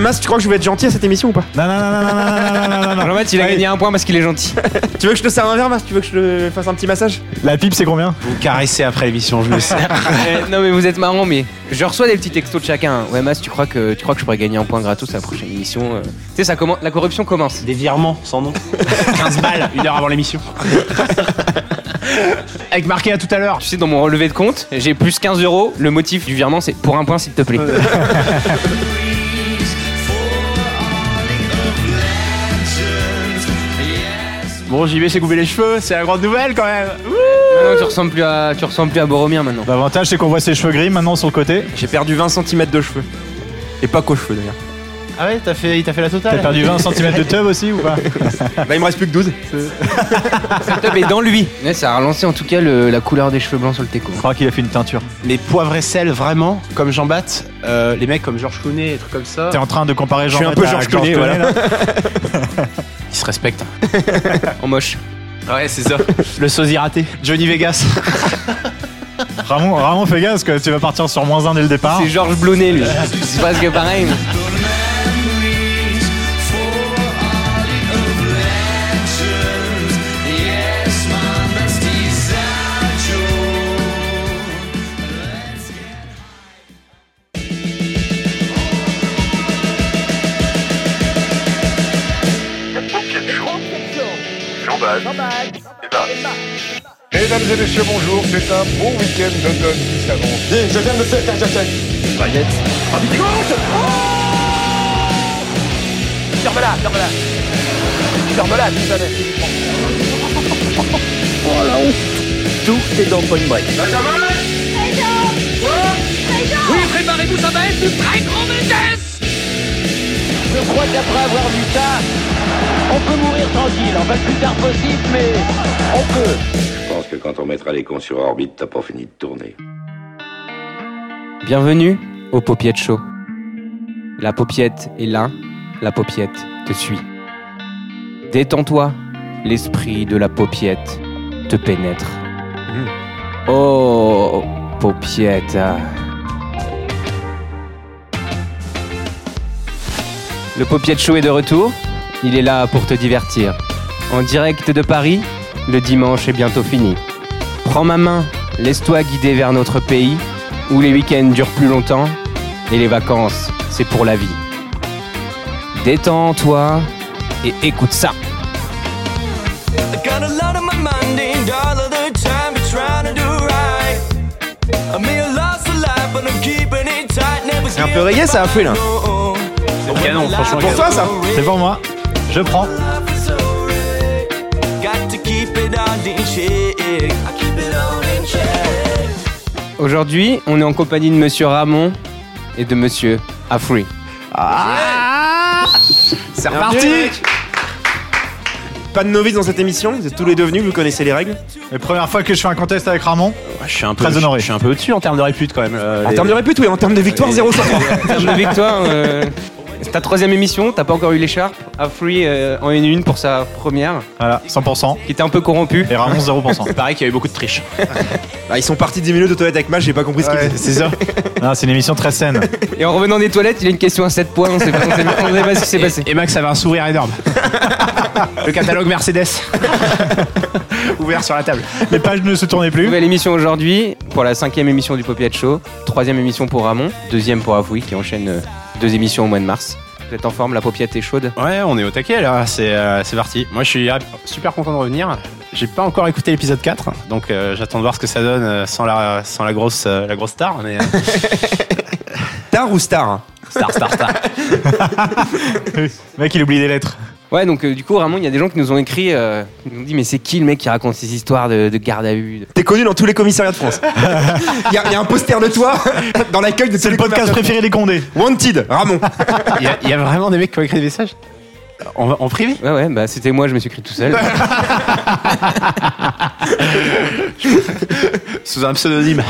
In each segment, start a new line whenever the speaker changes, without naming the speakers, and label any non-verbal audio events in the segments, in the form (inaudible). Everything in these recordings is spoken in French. Mas, tu crois que je vais être gentil à cette émission ou pas
Non, non, non, non, non, non, non, non, non, non, non.
Jean-Baptiste, il a
Ouais.
gagné un point parce qu'il est (laughs) gentil.
Tu veux que je te serve un verre, Mas Tu veux que je te fasse un petit massage
La pipe, c'est combien
Vous caressez après l'émission, je
(laughs)
le sais.
Euh, non mais vous êtes marrant mais je reçois des petits textos de chacun. Ouais Mas tu crois que tu crois que je pourrais gagner un point gratos à la prochaine émission euh Tu sais ça commence la corruption commence.
Des virements sans nom. 15 balles, une heure avant l'émission.
Avec marqué à tout à l'heure.
Tu sais dans mon relevé de compte j'ai plus 15 euros. Le motif du virement c'est pour un point s'il te plaît.
Euh. Bon, JB s'est coupé les cheveux, c'est la grande nouvelle quand même.
Maintenant, tu ressembles plus à tu ressembles plus à Boromir maintenant.
L'avantage, c'est qu'on voit ses cheveux gris maintenant sur le côté.
J'ai perdu 20 cm de cheveux. Et pas qu'aux cheveux d'ailleurs.
Ah ouais, t'as fait, il t'a fait la totale.
T'as perdu 20 cm de teub aussi ou pas
Là, Bah, il me reste plus que 12.
Top est dans lui. (laughs) Ouais, ça a relancé en tout cas le- la couleur des cheveux blancs sur le teco.
Je crois qu'il a fait une teinture.
Mais poivre et sel, vraiment, comme Jean Bat, euh, les mecs comme Georges Clooney, des trucs comme ça,
T'es en train de comparer
Je
Jean
suis un peu
à
Georges Clooney, voilà.
là.
ils se respectent.
En moche.
Ouais, c'est ça. Le sosie raté.
(laughs)
Johnny Vegas.
Ramon, Ramon, fais gaffe parce que tu vas partir sur moins 1 dès le départ.
C'est Georges
(laughs)
Blonnet lui. C'est presque pareil. mais-
Mesdames et messieurs, bonjour, c'est un bon week-end de donne qui s'annonce.
Je pense que quand on mettra les cons sur orbite, t'as pas fini de tourner.
Bienvenue au Popiette Show. La Popiette est là, la Popiette te suit. Détends-toi, l'esprit de la Popiette te pénètre. Oh, Popiette. Le Popiette Show est de retour, il est là pour te divertir. En direct de Paris, le dimanche est bientôt fini. Prends ma main, laisse-toi guider vers notre pays où les week-ends durent plus longtemps et les vacances, c'est pour la vie. Détends-toi et écoute ça.
I got a lot on my mind, ain't all of the time to trying to do right. I may have lost a lot, but I'm keeping it tight. Never
C'est un peu rayé, ça a fait là.
C'est canon, franchement.
Pour toi, ça
C'est pour moi. Je prends.
Got to keep it on in check. I keep it on in check.
Aujourd'hui, on est en compagnie de monsieur Ramon et de monsieur Afri.
C'est reparti Pas de novice dans cette émission, vous êtes tous les deux venus, vous connaissez les règles.
La première fois que je fais un contest avec Ramon,
Je suis un peu,
Très honoré.
Je suis un peu au-dessus en termes de répute quand même. euh,
En
les-
termes de répute, oui, en termes de victoire, 0 sur trois.
En termes de victoire, euh, c'est ta troisième émission, t'as pas encore eu l'écharpe. Afri euh, en est une pour sa première,
voilà, 100%.
qui était un peu corrompue.
Et Ramon, 0%.
Il paraît qu'il y a eu beaucoup
(laughs)
de triches.
Ah, ils sont partis 10 minutes de toilette avec Mas, j'ai pas compris ce qu'ils faisaient.
c'est ça. Non, c'est une émission très saine.
Et en revenant des toilettes, il a une question à 7 points, on sait pas, on sait pas- on sait pas ce qui s'est passé.
Et Max avait un
(laughs)
sourire énorme. Le catalogue Mercedes. Ouvert sur la table.
Les pages ne se tournaient plus.
Nouvelle émission aujourd'hui pour la cinquième émission du Popiat Show, troisième émission pour Ramon, deuxième pour Afoui qui enchaîne euh, deux émissions au mois de mars. Vous êtes en forme, la popiette est chaude.
Ouais, on est au taquet là, c'est euh, c'est parti. Moi je suis rap- super content de revenir. J'ai pas encore écouté l'épisode 4, donc euh, j'attends de voir ce que ça donne euh, sans la, sans la, grosse, euh, la grosse star. Mais, euh,
Star ou star hein
star, star, star.
Le mec, il oublie des lettres.
Ouais, donc euh, du coup, Ramon, il y a des gens qui nous ont écrit, euh, qui nous ont dit mais c'est qui le mec qui raconte ces histoires de, de garde à vue de-
T'es connu dans tous les commissariats de (laughs) France. Il y, a y a un poster de (laughs) toi dans l'accueil de tous
C'est le
les
podcast
commissariats
préféré des Condés.
de- Wanted, Ramon.
Il y, a- il y a vraiment des mecs qui ont écrit des messages en, en privé
Ouais, ouais, bah c'était moi, je me suis écrit tout seul.
Sous un pseudonyme.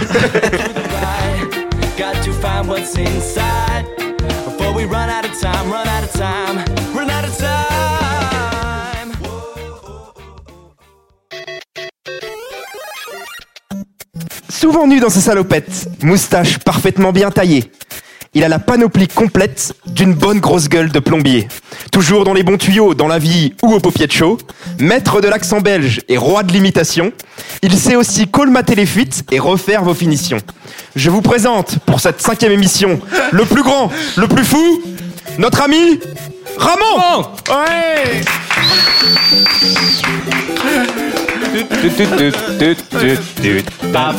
Got to find what's inside before we run out of time, run out of time, run out of time.
Souvent nu dans ses salopettes, moustache parfaitement bien taillée. il a la panoplie complète d'une bonne grosse gueule de plombier. Toujours dans les bons tuyaux, dans la vie ou au paupier de chaud, maître de l'accent belge et roi de l'imitation, il sait aussi colmater les fuites et refaire vos finitions. Je vous présente, pour cette cinquième émission, le plus grand, le plus fou, notre ami Ramon Ouais
bah,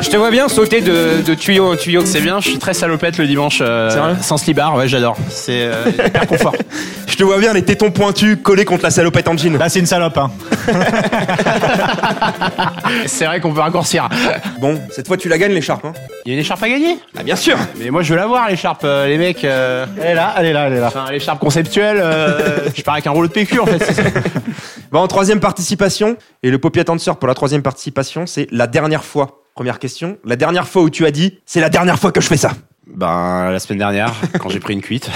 Je te vois bien sauter de, de tuyau en tuyau.
C'est bien, je suis très salopette le dimanche. euh,
C'est vrai
sans slibard, ouais, j'adore. C'est euh, hyper confort.
Je te vois bien les tétons pointus collés contre la salopette en jean.
Là, c'est une salope. Hein.
C'est vrai qu'on peut raccourcir.
Bon, cette fois tu la gagnes l'écharpe, hein
Il y a une écharpe à gagner
Ah bien sûr
Mais moi, je veux l'avoir, l'écharpe, euh, les mecs. euh,
Elle est là, elle est là, elle est là.
Enfin, l'écharpe conceptuelle. euh, je pars avec un rouleau de PQ en fait. c'est ça.
Bon, en troisième participation, et le popier tenseur pour la troisième participation, c'est la dernière fois. Première question, la dernière fois où tu as dit « C'est la dernière fois que je fais ça
Ben, la semaine dernière, quand j'ai pris une cuite.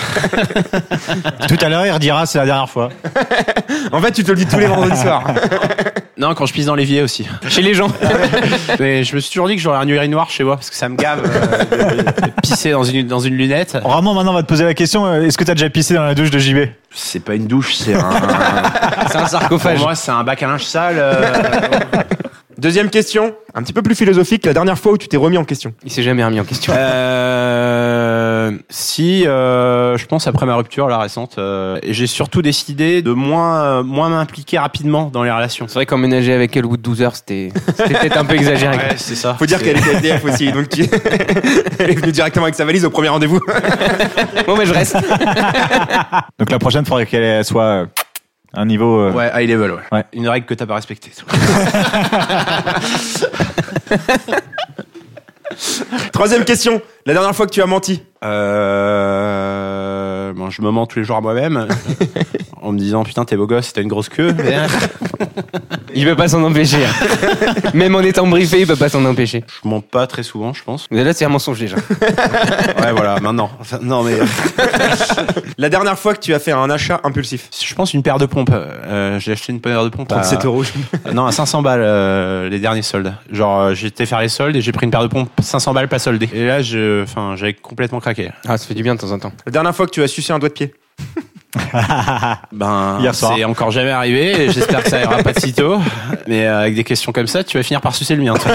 Tout à l'heure, il redira, c'est la dernière fois. ».
En fait, tu te le dis tous les vendredis soirs.
Non, quand je pisse dans l'évier aussi.
Chez les gens.
Mais je me suis toujours dit que j'aurais un urinoir chez moi parce que ça me gave euh, de, de pisser dans une, dans une lunette.
Vraiment, maintenant, on va te poser la question euh, est-ce que t'as déjà pissé dans la douche de JB
C'est pas une douche, c'est (laughs) un.
C'est un
Pour
sarcophage.
moi, c'est un bac à linge sale. euh,
Deuxième question, un petit peu plus philosophique, la dernière fois où tu t'es remis en question.
Il s'est jamais remis en question.
Euh, si, euh, je pense après ma rupture la récente, euh, et j'ai surtout décidé de moins euh, moins m'impliquer rapidement dans les relations.
C'est vrai qu'emménager avec elle au bout de 12 heures, c'était c'était peut-être un peu exagéré.
Ouais, c'est ça.
Faut dire qu'elle était SDF aussi, donc
(laughs)
tu- elle est venue directement avec sa valise au premier rendez-vous.
Bon, mais je reste.
Donc la prochaine, il faudrait qu'elle soit euh, un niveau. euh,
Ouais, high level, ouais.
Ouais.
Une règle que t'as pas respectée.
Troisième question, la dernière fois que tu as menti.
Euh, bon, je me mens tous les jours à (laughs) moi-même en me disant putain t'es beau gosse, t'as une grosse queue.
(laughs) Il peut pas s'en empêcher. hein. (laughs) Même en étant briefé, il peut pas s'en empêcher.
je mens pas très souvent, je pense.
Mais là, c'est un mensonge déjà.
Ouais, voilà. Maintenant, Enfin, non mais euh,
La dernière fois que tu as fait un achat impulsif.
je pense une paire de pompes. Euh, j'ai acheté une paire de pompes. à-
37 euros.
(laughs) Non, à 500 balles euh, les derniers soldes. Genre euh, j'étais faire les soldes et j'ai pris une paire de pompes 500 balles pas soldées. Et là, je, enfin, j'avais complètement craqué.
Ah, ça fait du bien de temps en temps.
La dernière fois que tu as sucé un doigt de pied.
Ben,
Hier soir.
c'est encore jamais arrivé. et J'espère que ça ira pas de sitôt. (laughs) Mais euh, avec des questions comme ça, tu vas finir par sucer le mien. toi.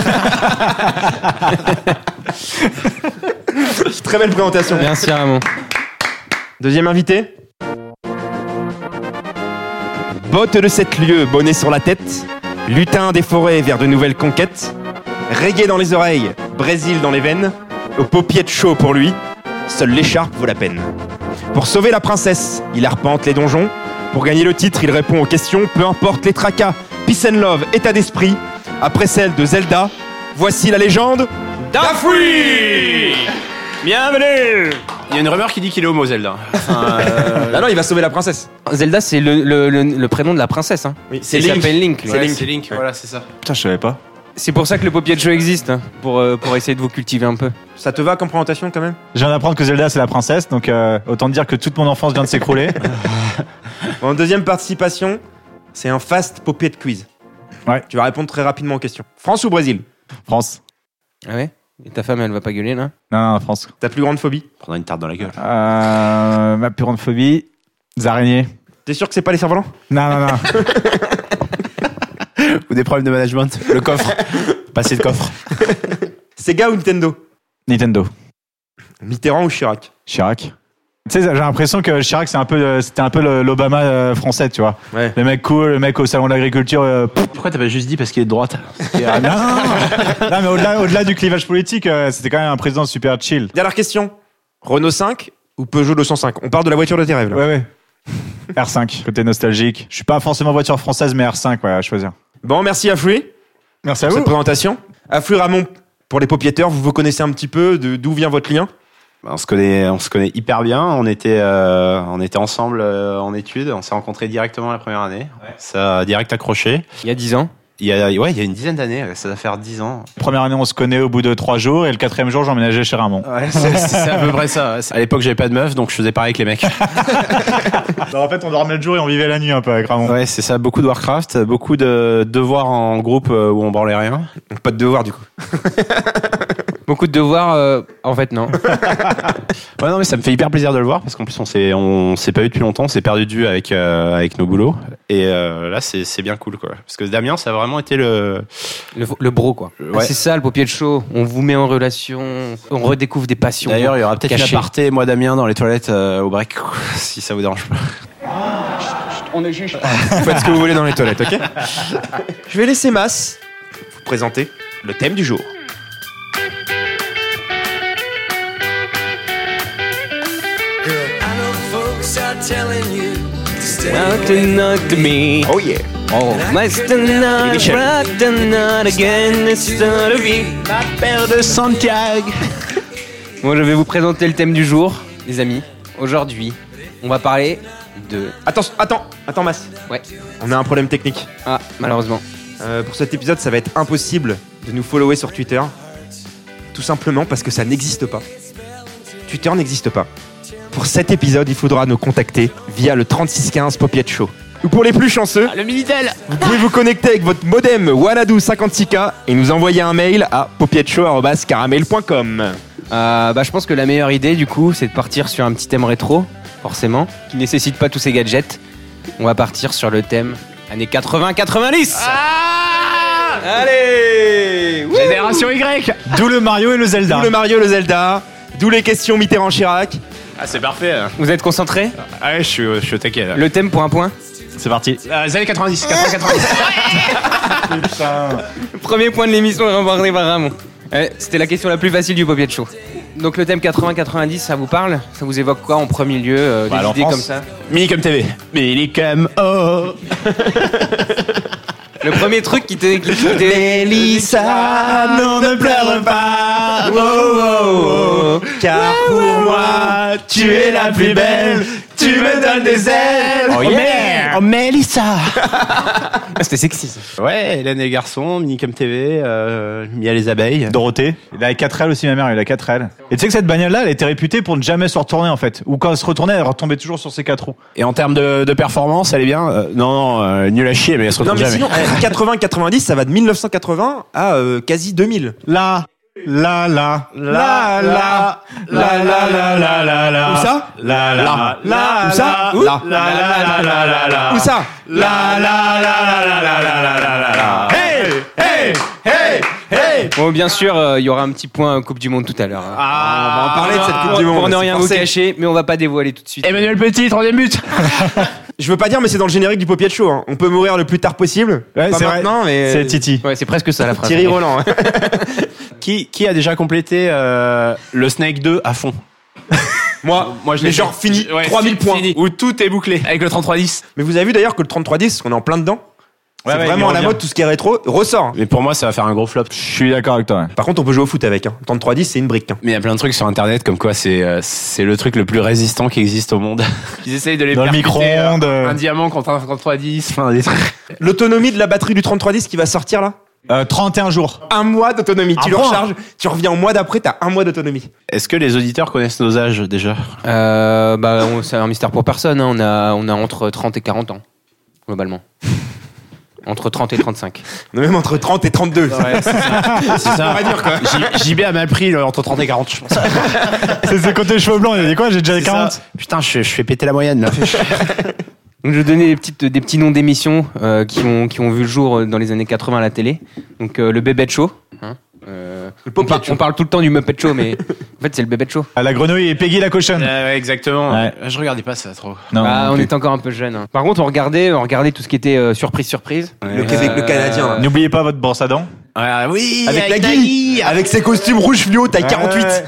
Très belle présentation.
Merci Ramon.
Deuxième invité. Botte de sept lieux, bonnet sur la tête, lutin des forêts vers de nouvelles conquêtes, reggae dans les oreilles, Brésil dans les veines, aux paupières de chaud pour lui, seule l'écharpe vaut la peine. Pour sauver la princesse, il arpente les donjons, pour gagner le titre, il répond aux questions, peu importe les tracas, peace and love, état d'esprit, après celle de Zelda, voici la légende d'Afri Bienvenue
Il y a une rumeur qui dit qu'il est hein. homo Zelda. euh,
Ah non, il va sauver la princesse
Zelda, c'est le, le- le- le prénom de la princesse. Hein.
Oui,
Elle s'appelle Link.
C'est
Ouais.
Link.
Voilà, c'est ça.
Putain, je savais pas.
C'est pour ça que le papier de show existe, hein, pour, euh, pour essayer de vous cultiver un peu.
Ça te va comme présentation quand même
Je viens d'apprendre que Zelda, c'est la princesse, donc euh, autant dire que toute mon enfance vient de s'écrouler.
En deuxième participation, c'est un fast popé de quiz.
Ouais.
Tu vas répondre très rapidement aux questions. France ou Brésil
France.
Ah ouais Et ta femme, elle va pas gueuler là
Non, non, France.
Ta plus grande phobie
Prendre une tarte dans la gueule.
Euh, ma plus grande phobie, les araignées.
T'es sûr que c'est pas les cerfs-volants
Non, non, non.
Ou des problèmes
(laughs)
de management. Le coffre. Passer le (laughs) coffre.
Sega ou Nintendo
Nintendo.
Mitterrand ou Chirac
Chirac. Tu sais, j'ai l'impression que Chirac, c'est un peu, euh, c'était un peu le- l'Obama euh, français, tu vois.
Ouais.
Le mec cool, le mec au salon de l'agriculture. euh, pff,
Pourquoi t'as pas juste dit parce qu'il est de droite
ah, non, non, non. Non, mais au-delà, au-delà du clivage politique, euh, c'était quand même un président super chill.
Dernière question. Renault 5 ou Peugeot 205 On parle de la voiture de tes rêves là.
Ouais, ouais. R5, côté nostalgique. Je suis pas forcément voiture française, mais R5, ouais, à choisir.
Bon, merci Afri
Merci à
pour
vous.
cette présentation. Afri Ramon, pour les popiéteurs, vous vous connaissez un petit peu de- d'où vient votre lien
On se connaît, on se connaît hyper bien. On était, euh, on était ensemble euh, en études. On s'est rencontrés directement la première année. Ça a direct accroché.
Il y a 10 ans.
Il y a, ouais, il y a une dizaine d'années. Ça va faire dix ans.
Première année, on se connaît au bout de trois jours, et le quatrième jour, j'emménageais chez Ramon.
c'est c'est à peu près ça. ouais. À l'époque, j'avais pas de meuf, donc je faisais pareil avec les mecs.
Ah. Bah, en fait, on dormait le jour et on vivait la nuit un peu avec Ramon.
(laughs) Ouais, c'est ça. Beaucoup de Warcraft, beaucoup de devoirs en groupe euh, où on branlait rien.
Donc, Pas de devoir du coup.
Mon coup de devoir, euh, en fait, non.
Ouais, non, mais ça me fait hyper plaisir de le voir parce qu'en plus on s'est on s'est pas eu depuis longtemps, on s'est perdu de vue avec euh, avec nos boulots et euh, là c'est c'est bien cool quoi. Parce que Damien ça a vraiment été le
Le, le bro, quoi.
Ouais.
Ah, c'est ça, le paupier de chaud. On vous met en relation, on redécouvre des passions.
D'ailleurs, il y aura peut-être une
Caché.
aparté moi Damien dans les toilettes euh, au break (laughs) si ça vous dérange pas.
Faites ce que vous voulez dans les toilettes, ok Je vais laisser Mas vous présenter le thème du jour.
I know folks are telling you to stay
Not to not to me.
Oh yeah
Oh, must not,
Michel.
right to not again, it's not a vie.
de Santiago.
Bon, je vais vous présenter le thème du jour, les amis. Aujourd'hui, on va parler de.
Attends, attends, attends Mas.
Ouais.
On a un problème technique.
Ah, malheureusement.
Euh, pour cet épisode, ça va être impossible de nous follower sur Twitter. Tout simplement parce que ça n'existe pas. Twitter n'existe pas. Pour cet épisode, il faudra nous contacter via le 3615 Popiette Show. Ou pour les plus chanceux,
le Minitel
vous pouvez vous connecter avec votre modem Wanadu 56K et nous envoyer un mail à popietteshow.caramel.com.
euh, Bah, je pense que la meilleure idée, du coup, c'est de partir sur un petit thème rétro, forcément, qui nécessite pas tous ces gadgets. On va partir sur le thème années 80-90
Ah
Allez
Génération Y.
D'où le Mario et le Zelda.
D'où le Mario, le Zelda, d'où les questions Mitterrand-Chirac.
Ah c'est parfait.
Vous êtes concentrés
Ah ouais, je suis je suis au taquet là.
Le thème pour un point
C'est parti.
Ah, les années 90, 80, 90.
Ah,
Premier point de l'émission est remporté par Ramon. Eh, C'était la question la plus facile du papier de show. Donc le thème 80-90, ça vous parle Ça vous évoque quoi en premier lieu euh,
Bah,
Des idées
l'enfance.
comme ça
Minicom TV. Minicom oh.
Le premier truc qui t'est... qui t'est-
(laughs) Mélissa,
non, ne pleure pas.
car pour moi,
tu es la plus belle, tu me donnes des ailes.
Oh, yeah.
Oh (laughs) Mélissa
Ah, C'était sexy. ça.
Ouais, Hélène et les garçons, Minicom TV, euh, Mia les abeilles.
Dorothée. La 4L aussi, ma mère, elle a eu la 4L. Et tu sais que cette bagnole-là, elle était réputée pour ne jamais se retourner, en fait. Ou quand elle se retournait, elle retombait toujours sur ses quatre roues.
Et en termes de, de performance, elle est bien Euh, Non, non euh, nul à chier, mais elle se
Non
retrouve
mais
jamais.
sinon, 80-90, ça va de 1980 à euh, quasi 2000.
Là, là, là, là, là, là, là, là, là, là, là.
Où ça
Là, là, là,
Où ça
là,
Où
là, là, là, là, là, là.
Où ça
Là, là, là, là, là, là, là, là, là, là, là.
Hey Hey Hey Hey
Bon, bien sûr, euh, il y aura un petit point euh, Coupe du Monde tout à l'heure. hein.
Ah. On va en parler de cette Coupe du
Pour-
Monde.
Pour ne
c'est
rien vous
forcé.
cacher, mais on va pas dévoiler tout de suite.
Emmanuel Petit, troisième but
Je veux pas dire, mais c'est dans le générique du Popier de Show. hein. On peut mourir le plus tard possible.
Ouais,
pas
c'est vrai.
maintenant, mais...
C'est Titi.
Ouais, c'est presque ça la phrase.
Thierry Roland. hein.
qui, qui a déjà complété euh, le Snake 2 à fond
Moi,
(laughs) Moi, je
mais
l'ai
genre
fait.
fini,
Ouais,
3000
fi-
points.
fini. Où tout est bouclé avec le 3310.
Mais vous avez vu d'ailleurs que le 3310, on est en plein dedans.
Ouais,
c'est
ouais,
vraiment
il
à la
revient.
mode, tout ce qui est rétro ressort.
Mais pour moi, ça va faire un gros flop.
Je suis d'accord avec toi.
Par contre, on peut jouer au foot avec. Hein. Le 3310, c'est une brique. hein.
Mais il y a plein de trucs sur internet comme quoi c'est euh, c'est le truc le plus résistant qui existe au monde. (laughs) Ils essayent de les
Dans le
percuter, euh,
micro-ondes. euh,
Un diamant contre un 3310, enfin des trucs.
L'autonomie de la batterie du 3310 qui va sortir là
euh, 31 jours.
Un mois d'autonomie.
Un
tu le
point.
recharges, tu reviens au mois d'après, t'as un mois d'autonomie.
Est-ce que les auditeurs connaissent nos âges déjà
Euh, bah, on- c'est un mystère pour personne. hein. On, a, on a entre 30 et 40 ans, (laughs) globalement. Entre 30 et 35.
On est même entre 30 et 32.
C'est ça. J- JB a mal pris le- entre 30 et 40, je pense.
C'est ses côtés cheveux blancs, il a dit quoi J'ai déjà
C'est
40
ça. Putain, je, je fais péter la moyenne là.
Donc, je vais donner des, petites, des petits noms d'émissions euh, qui, ont, qui ont vu le jour euh, dans les années 80 à la télé. Donc, euh, le Bébé Show. hein. Euh, on, par- on parle tout le temps du Muppet Show, (laughs) mais en fait, c'est le Bébé Show.
Ah, La grenouille et Peggy la cochonne.
Euh, ouais, exactement.
Ouais.
Je regardais pas ça trop.
Non,
Ah,
non
on
plus.
était encore un peu jeune. hein. Par contre, on regardait, on regardait tout ce qui était euh, surprise, surprise.
Le Québec, le Canadien. là.
N'oubliez pas votre brosse à dents.
Euh, oui,
(laughs) Avec la guille, avec ses costumes rouges fluo taille 48.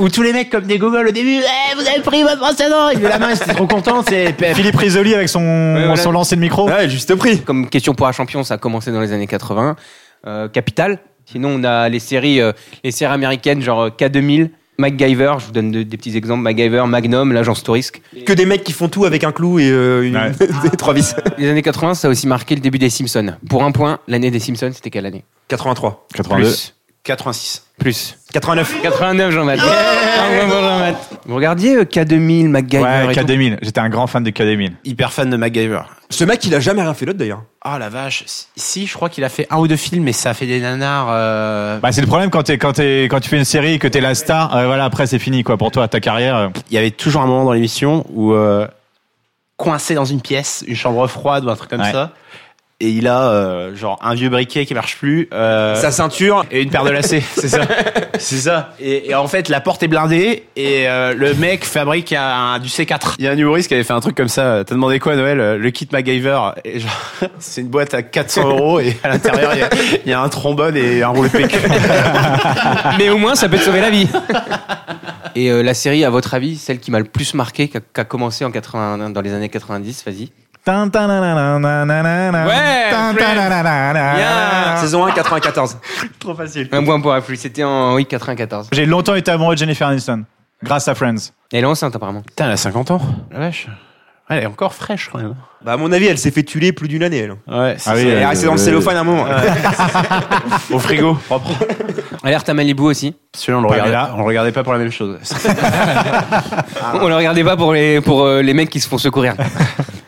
Où tous les mecs comme des gogoles au début, Eh, vous avez pris votre brosse à dents, il met la main, c'était trop content, c'est
Philippe Risoli avec son,
voilà.
son lancer de micro.
Ouais, juste prix.
Comme question pour un champion, ça a commencé dans les années 80. Euh, Capital. Sinon, on a les séries, euh, les séries américaines, genre euh, K2000, MacGyver. Je vous donne de- des petits exemples. MacGyver, Magnum, l'agence Touriste.
Que des mecs qui font tout avec un clou et euh, une-
Ouais.
(laughs) des trois vis.
(laughs) Les années 80, ça a aussi marqué le début des Simpsons. Pour un point, l'année des Simpsons, c'était quelle année
83.
82.
Plus.
86.
Plus.
89.
89, Jean-Math. Ah, bravo, Jean-Math. Vous regardiez euh, K2000, MacGyver
Ouais,
et tout
K2000. J'étais un grand fan de K2000.
Hyper fan de MacGyver.
Ce mec, il a jamais rien fait l'autre d'ailleurs.
Ah la vache. Si, je crois qu'il a fait un ou deux films, mais ça a fait des nanars. euh,
Bah, c'est le problème quand, t'es- quand, t'es- quand tu fais une série, que t'es la star. euh, voilà, après, c'est fini, quoi. Pour toi, ta carrière. euh.
il y avait toujours un moment dans l'émission où euh, coincé dans une pièce, une chambre froide ou un truc comme
Ouais.
ça, et il a euh, genre un vieux briquet qui marche plus. euh,
Sa ceinture.
et une paire
(laughs)
de lacets, c'est ça. C'est ça. Et, et en fait, la porte est blindée et euh, le mec fabrique un, du C4. Il y a un humoriste qui avait fait un truc comme ça. euh, T'as demandé quoi, Noël Euh, Le kit MacGyver. Et genre, (laughs) c'est une boîte à (laughs) 400 euros et à l'intérieur, il y a- il y, a un trombone et un rouleau (laughs) de PQ.
Mais au moins, ça peut te sauver la vie. Et euh, la série, à votre avis, celle qui m'a le plus marqué, qui a, qui a commencé en 80, dans les années 90, vas-y.
Tin, tin, nan, nan, nan, nan, nan, nan.
Ouais,
Tin, tin,
Friends.
nan, nan, nan, nan. Ah.
Bien.
Saison 1, 94.
Un point pour Afflux, c'était en oui, 94.
J'ai longtemps été amoureux de Jennifer Aniston. Grâce à Friends.
Elle est enceinte, apparemment.
Putain, elle a 50 ans. La vache. Ouais, Elle est encore fraîche quand même.
Bah, à mon avis, elle s'est fait tuer plus d'une année, elle.
Ouais, c'est
Ah oui,
ça.
Elle est
euh,
restée dans le
euh,
cellophane à un moment.
Au frigo, propre.
Alerte à Malibu aussi.
Celui-là, on le
Pamela.
regardait, on le regardait pas pour la même chose.
On le regardait pas pour les, pour, euh, les mecs qui se font (laughs) secourir.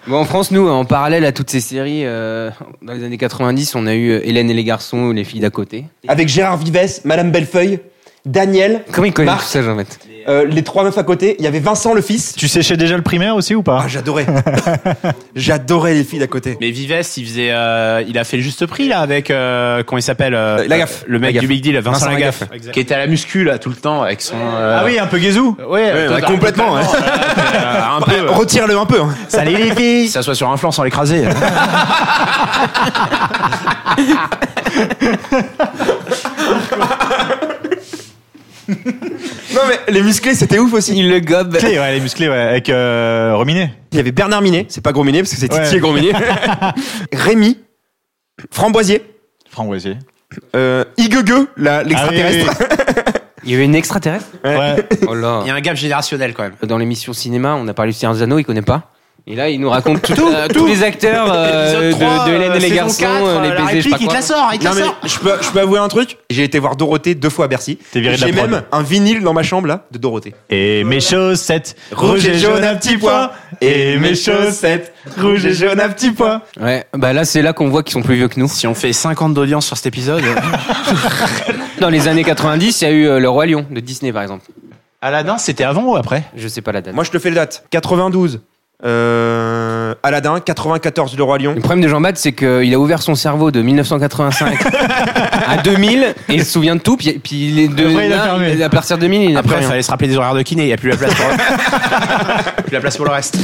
bon, en France, nous, en parallèle à toutes ces séries, euh, dans les années 90, on a eu euh, Hélène et les garçons, ou les filles d'à côté.
Avec Gérard Vives, Madame Bellefeuille, Daniel,
Comment ils connaissent
Marc.
tout ça, jean fait
euh, les trois meufs à côté. Il y avait Vincent, le fils.
Tu séchais déjà le primaire aussi ou pas
Ah, (laughs) j'adorais. j'adorais les filles d'à côté.
(laughs) Mais Vives, il faisait, euh, il a fait le juste prix là avec euh, comment il s'appelle euh,
Euh, Lagaffe.
le mec
Lagaffe.
du Big Deal, Vincent,
Vincent
Lagaffe, qui était à la muscu là tout le temps avec son. euh,
Ah oui, un peu gazou.
ouais, euh,
bah,
totalement,
complètement, ouais.
euh, un peu. euh,
Ah, Retire-le un peu. hein.
Salut les
Il
filles.
s'assoit sur un flanc sans l'écraser.
Non, mais les musclés, c'était ouf aussi.
Il le gobe.
Clé, ouais, les musclés, ouais, avec euh, Rominet.
Il y avait Bernard Minet, c'est pas Gros Minet parce que c'est Titi
Ouais.
et Gros (laughs) Minet. Rémi, Framboisier,
Framboisier.
euh, Igueugue, la-
Ah oui,
l'extraterrestre.
oui,
Il y avait une extraterrestre
oui. Ouais. (laughs)
Oh là.
Il y a un gap générationnel quand même.
Dans l'émission cinéma, on a parlé de Cyrano, il connaît pas. Et là, il nous raconte tout- euh, tous les acteurs euh,
Épisode
de,
trois,
de Hélène
euh,
et les
saison
garçons,
quatre,
euh, les
la
baisers, je sais
réplique,
pas
il te
quoi.
la sort, il te
Non
la
mais
sort.
je peux, je peux avouer un truc, j'ai été voir Dorothée deux fois à Bercy.
T'es viré de la
J'ai
prod.
même un vinyle dans ma chambre là de Dorothée.
Et mes chaussettes, rouge et jaune à petits pois. Et mes chaussettes, rouge et jaune à petits pois.
Ouais, bah là, c'est là qu'on voit qu'ils sont plus vieux que nous.
(laughs) Si on fait 50 d'audience sur cet épisode,
Dans les années 90, il y a eu euh, Le Roi Lion de Disney, par exemple.
Aladdin, Ah c'était avant ou après
Je sais pas la date.
Moi je te fais les dates. 92. Euh, Aladdin, 94 Le Roi Lion.
(laughs) Le problème de Jean Bat, c'est qu'il a ouvert son cerveau de (laughs) 1985 à 2000 et il se souvient de tout. Puis, puis il est de,
Après, il a
là,
fermé.
à partir de 2000, il n'a plus
Après, hein. il
rien.
fallait se rappeler des horaires de kiné. Il y a plus la place pour, (laughs) plus la place pour le reste.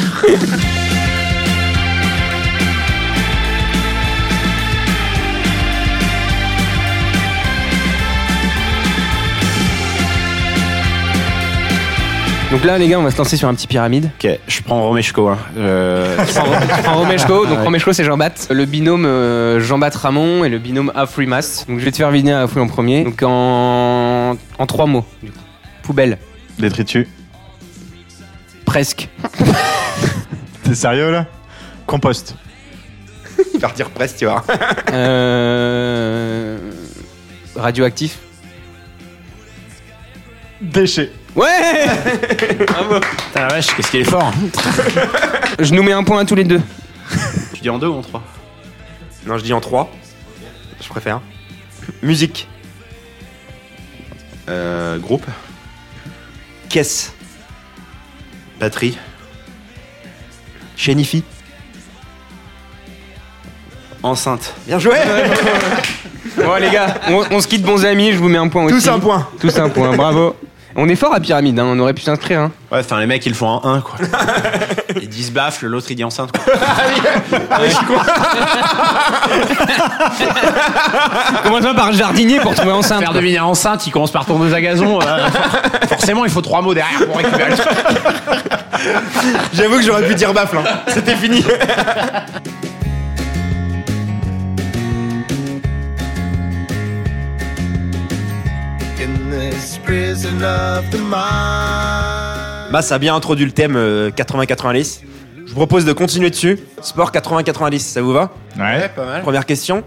Donc là, les gars, on va se lancer sur un petit (laughs) pyramide.
Ok, je prends Romeshko. Hein. (laughs) Euh,
Je prends- je prends Romeshko. Donc Romeshko, c'est Jean Bat. Le binôme euh, Jean Bat Ramon et le binôme Afri Mas. Donc je vais te faire vider Afri en premier. Donc en, en trois mots. du coup. Poubelle.
Détritus.
(laughs) Presque.
T'es sérieux là Compost.
Il va redire presse, tu vois.
Euh, Radioactif.
Déchets.
Ouais
putain, la vache, qu'est-ce qu'il est fort.
Je nous mets un point à tous les deux.
Tu dis en deux ou en trois
Non, je dis en 3. Je préfère. Musique,
euh, Groupe,
caisse,
batterie,
chaîne IFI.
enceinte.
Bien joué
Bon les gars, on, on se quitte bons amis, je vous mets un point aussi.
Tous un point.
Tous un point, bravo. On est fort à pyramide, hein, on aurait pu s'inscrire. Hein.
Ouais, enfin, les mecs, ils le font en 1, (laughs) quoi. Ils disent baffle, l'autre, il dit enceinte, quoi.
Commence pas par jardinier pour trouver enceinte.
Faire devenir enceinte, il commence par tourneuse à gazon. euh, for- forcément, il faut trois mots derrière pour récupérer le truc. (laughs)
J'avoue que j'aurais pu dire baffle. hein. C'était fini. Bah, ça a bien introduit le thème euh, 80-90. Je vous propose de continuer dessus. Sport 80-90, ça vous va
Ouais.
Pas mal.
Première question.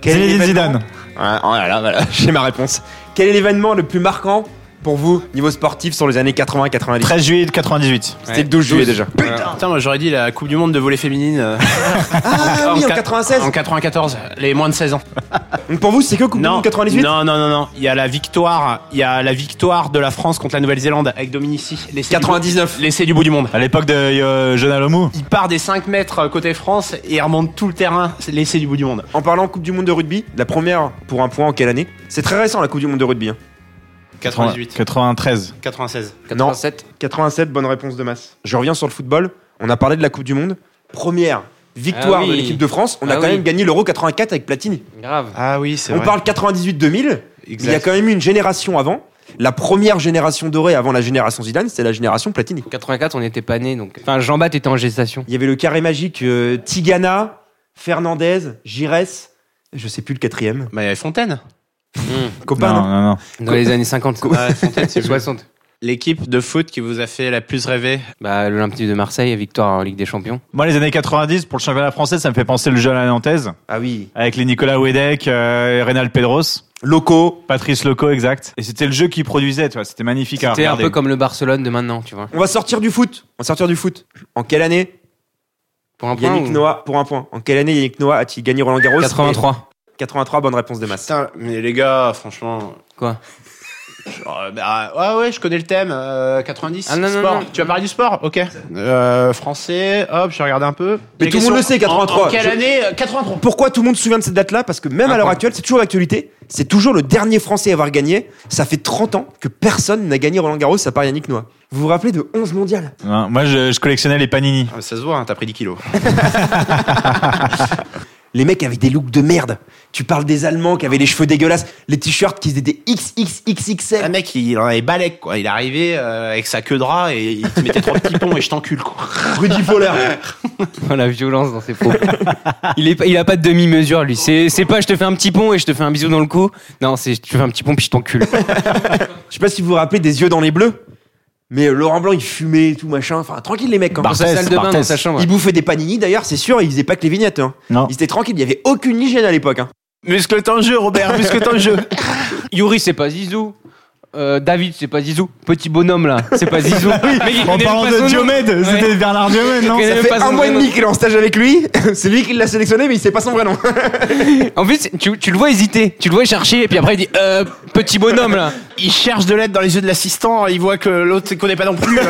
Quel
Zinedine
événement-
Zidane.
Ouais, oh là là, voilà, (laughs) j'ai ma réponse. Quel est l'événement le plus marquant pour vous, niveau sportif, sur les années 80-90
13 juillet 98.
C'était le 12 juillet déjà.
Putain, moi j'aurais dit la Coupe du Monde de volley féminine euh,
Ah
en
oui, en
quat-
96
en 94, les moins de 16 ans.
Donc pour vous, c'est que Coupe du
Non,
Monde 98
non, non, non, non. Il y a la victoire, il y a la victoire de la France contre la Nouvelle-Zélande avec Dominici. L'essai
99.
du, l'essai du bout du monde.
À l'époque de euh, Jonah Lomou.
Il part des 5 mètres côté France et il remonte tout le terrain, c'est l'essai du bout du monde.
En parlant Coupe du Monde de rugby, la première pour un point en quelle année C'est très récent la Coupe du Monde de rugby. hein.
98,
93.
96.
87.
87, bonne réponse de masse. Je reviens sur le football. On a parlé de la Coupe du Monde. Première victoire
Ah oui.
de l'équipe de France. On a
Ah
quand
oui.
même gagné l'Euro 84 avec Platini.
Grave.
Ah oui, c'est
On parle 98-2000. Il y a
Exact.
quand même eu une génération avant. La première génération dorée avant la génération Zidane, c'était la génération Platini.
84, on n'était pas nés donc. Enfin, Jean-Bat était en gestation.
Il y avait le carré magique euh, Tigana, Fernandez, Giresse. Je sais plus le quatrième.
Mais il y avait Fontaine.
Copain,
non,
non
non, non.
Dans les années 50.
Ouais, Fontaine,
(laughs)
c'est
60.
L'équipe de foot qui vous a fait la plus rêver.
Bah, l'Olympique de Marseille, victoire en Ligue des Champions.
Moi, les années 90, pour le championnat français, ça me fait penser le jeu à la Nantaise,
Ah oui.
avec les Nicolas Wedek, euh, Reynald Pedros,
Loco.
Patrice Loco, exact. Et c'était le jeu qui produisait, tu vois, c'était magnifique à
C'était un
regarder.
peu comme le Barcelone de maintenant, tu vois.
On va sortir du foot. On va sortir du foot. En quelle année
Pour un point.
Yannick
ou-
Noah pour un point. En quelle année Yannick Noah a-t-il gagné Roland Garros
83.
83, bonne réponse de masse.
Putain, mais les gars, franchement.
Quoi
Genre, euh, bah, ouais, ouais, je connais le thème. euh, 90.
Ah, non, non,
sport.
non.
Tu vas parler du sport Ok. Euh, français, hop, je regarde un peu.
Mais
Les
tout le monde
questions.
le sait, 83.
En, en quelle
Je-
année Euh, 83.
Pourquoi tout le monde se souvient de cette date-là Parce que même à l'heure
Incroyable.
actuelle, c'est toujours l'actualité. C'est toujours le dernier Français à avoir gagné. Ça fait 30 ans que personne n'a gagné Roland Garros à part Yannick Noah. Vous vous rappelez de 11 mondiales
Non, moi, je, je collectionnais les panini.
Ah, Ça se voit, hein, t'as pris 10 kilos.
Les mecs avaient des looks de merde. Tu parles des Allemands qui avaient les cheveux dégueulasses, les t-shirts qui étaient
Ah,
Un
XXXXL.
Ah, mec, il en avait balèque, quoi. Il arrivait euh, avec sa queue de rat et il te mettait trois petits ponts et je t'encule, quoi.
Rudy Fowler.
Oh, la violence dans ses (laughs) propos. il, est, pas- il a pas de demi-mesure, lui. C'est c'est pas je te fais un petit pont et je te fais un bisou dans le cou. Non, c'est je te fais un petit pont puis je t'encule.
Je sais pas si vous vous rappelez des yeux dans les bleus. Mais euh, Laurent Blanc, il fumait, tout machin. Enfin, tranquille les mecs. hein. Quand
Dans sa
Barthez,
salle de bain,
Barthez.
dans sa chambre.
Ils bouffaient des panini d'ailleurs, c'est sûr, ils faisaient pas que les vignettes. Hein.
Non.
Ils étaient tranquilles, il y avait aucune hygiène à l'époque. hein.
Muscle ton jeu, Robert, muscle ton jeu.
Yuri, c'est pas Zizou. Euh, David, c'est pas Zizou. Petit bonhomme, là, c'est pas
(laughs)
Zizou. Mec, il
En
connaît
parlant
même pas son
de
nom.
Diomède,
Ouais.
c'était Bernard Diomède, non
(laughs) Il connaît
Ça
même
fait
pas son
un mois et
nom.
demi qu'il est en stage avec lui. (laughs) C'est lui qui l'a sélectionné, mais il sait pas son vrai nom. (laughs)
En fait, c'est- tu, tu le vois hésiter, tu le vois chercher, et puis après il dit euh, petit
(laughs)
bonhomme là.
Il cherche de l'aide dans les yeux de l'assistant, il voit que l'autre ne connaît pas non plus. euh.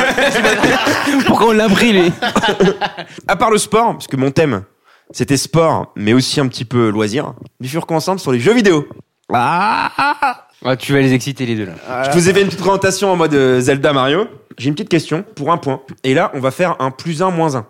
Pourquoi on l'a pris lui
À part le sport, parce que mon thème, c'était sport, mais aussi un petit peu loisir, bifurquons ensemble sur les jeux vidéo.
Ah, Tu vas les exciter les deux là.
Je vous ai fait une petite présentation en mode euh, Zelda Mario. J'ai une petite question pour un point. Et là, on va faire un plus un, moins un.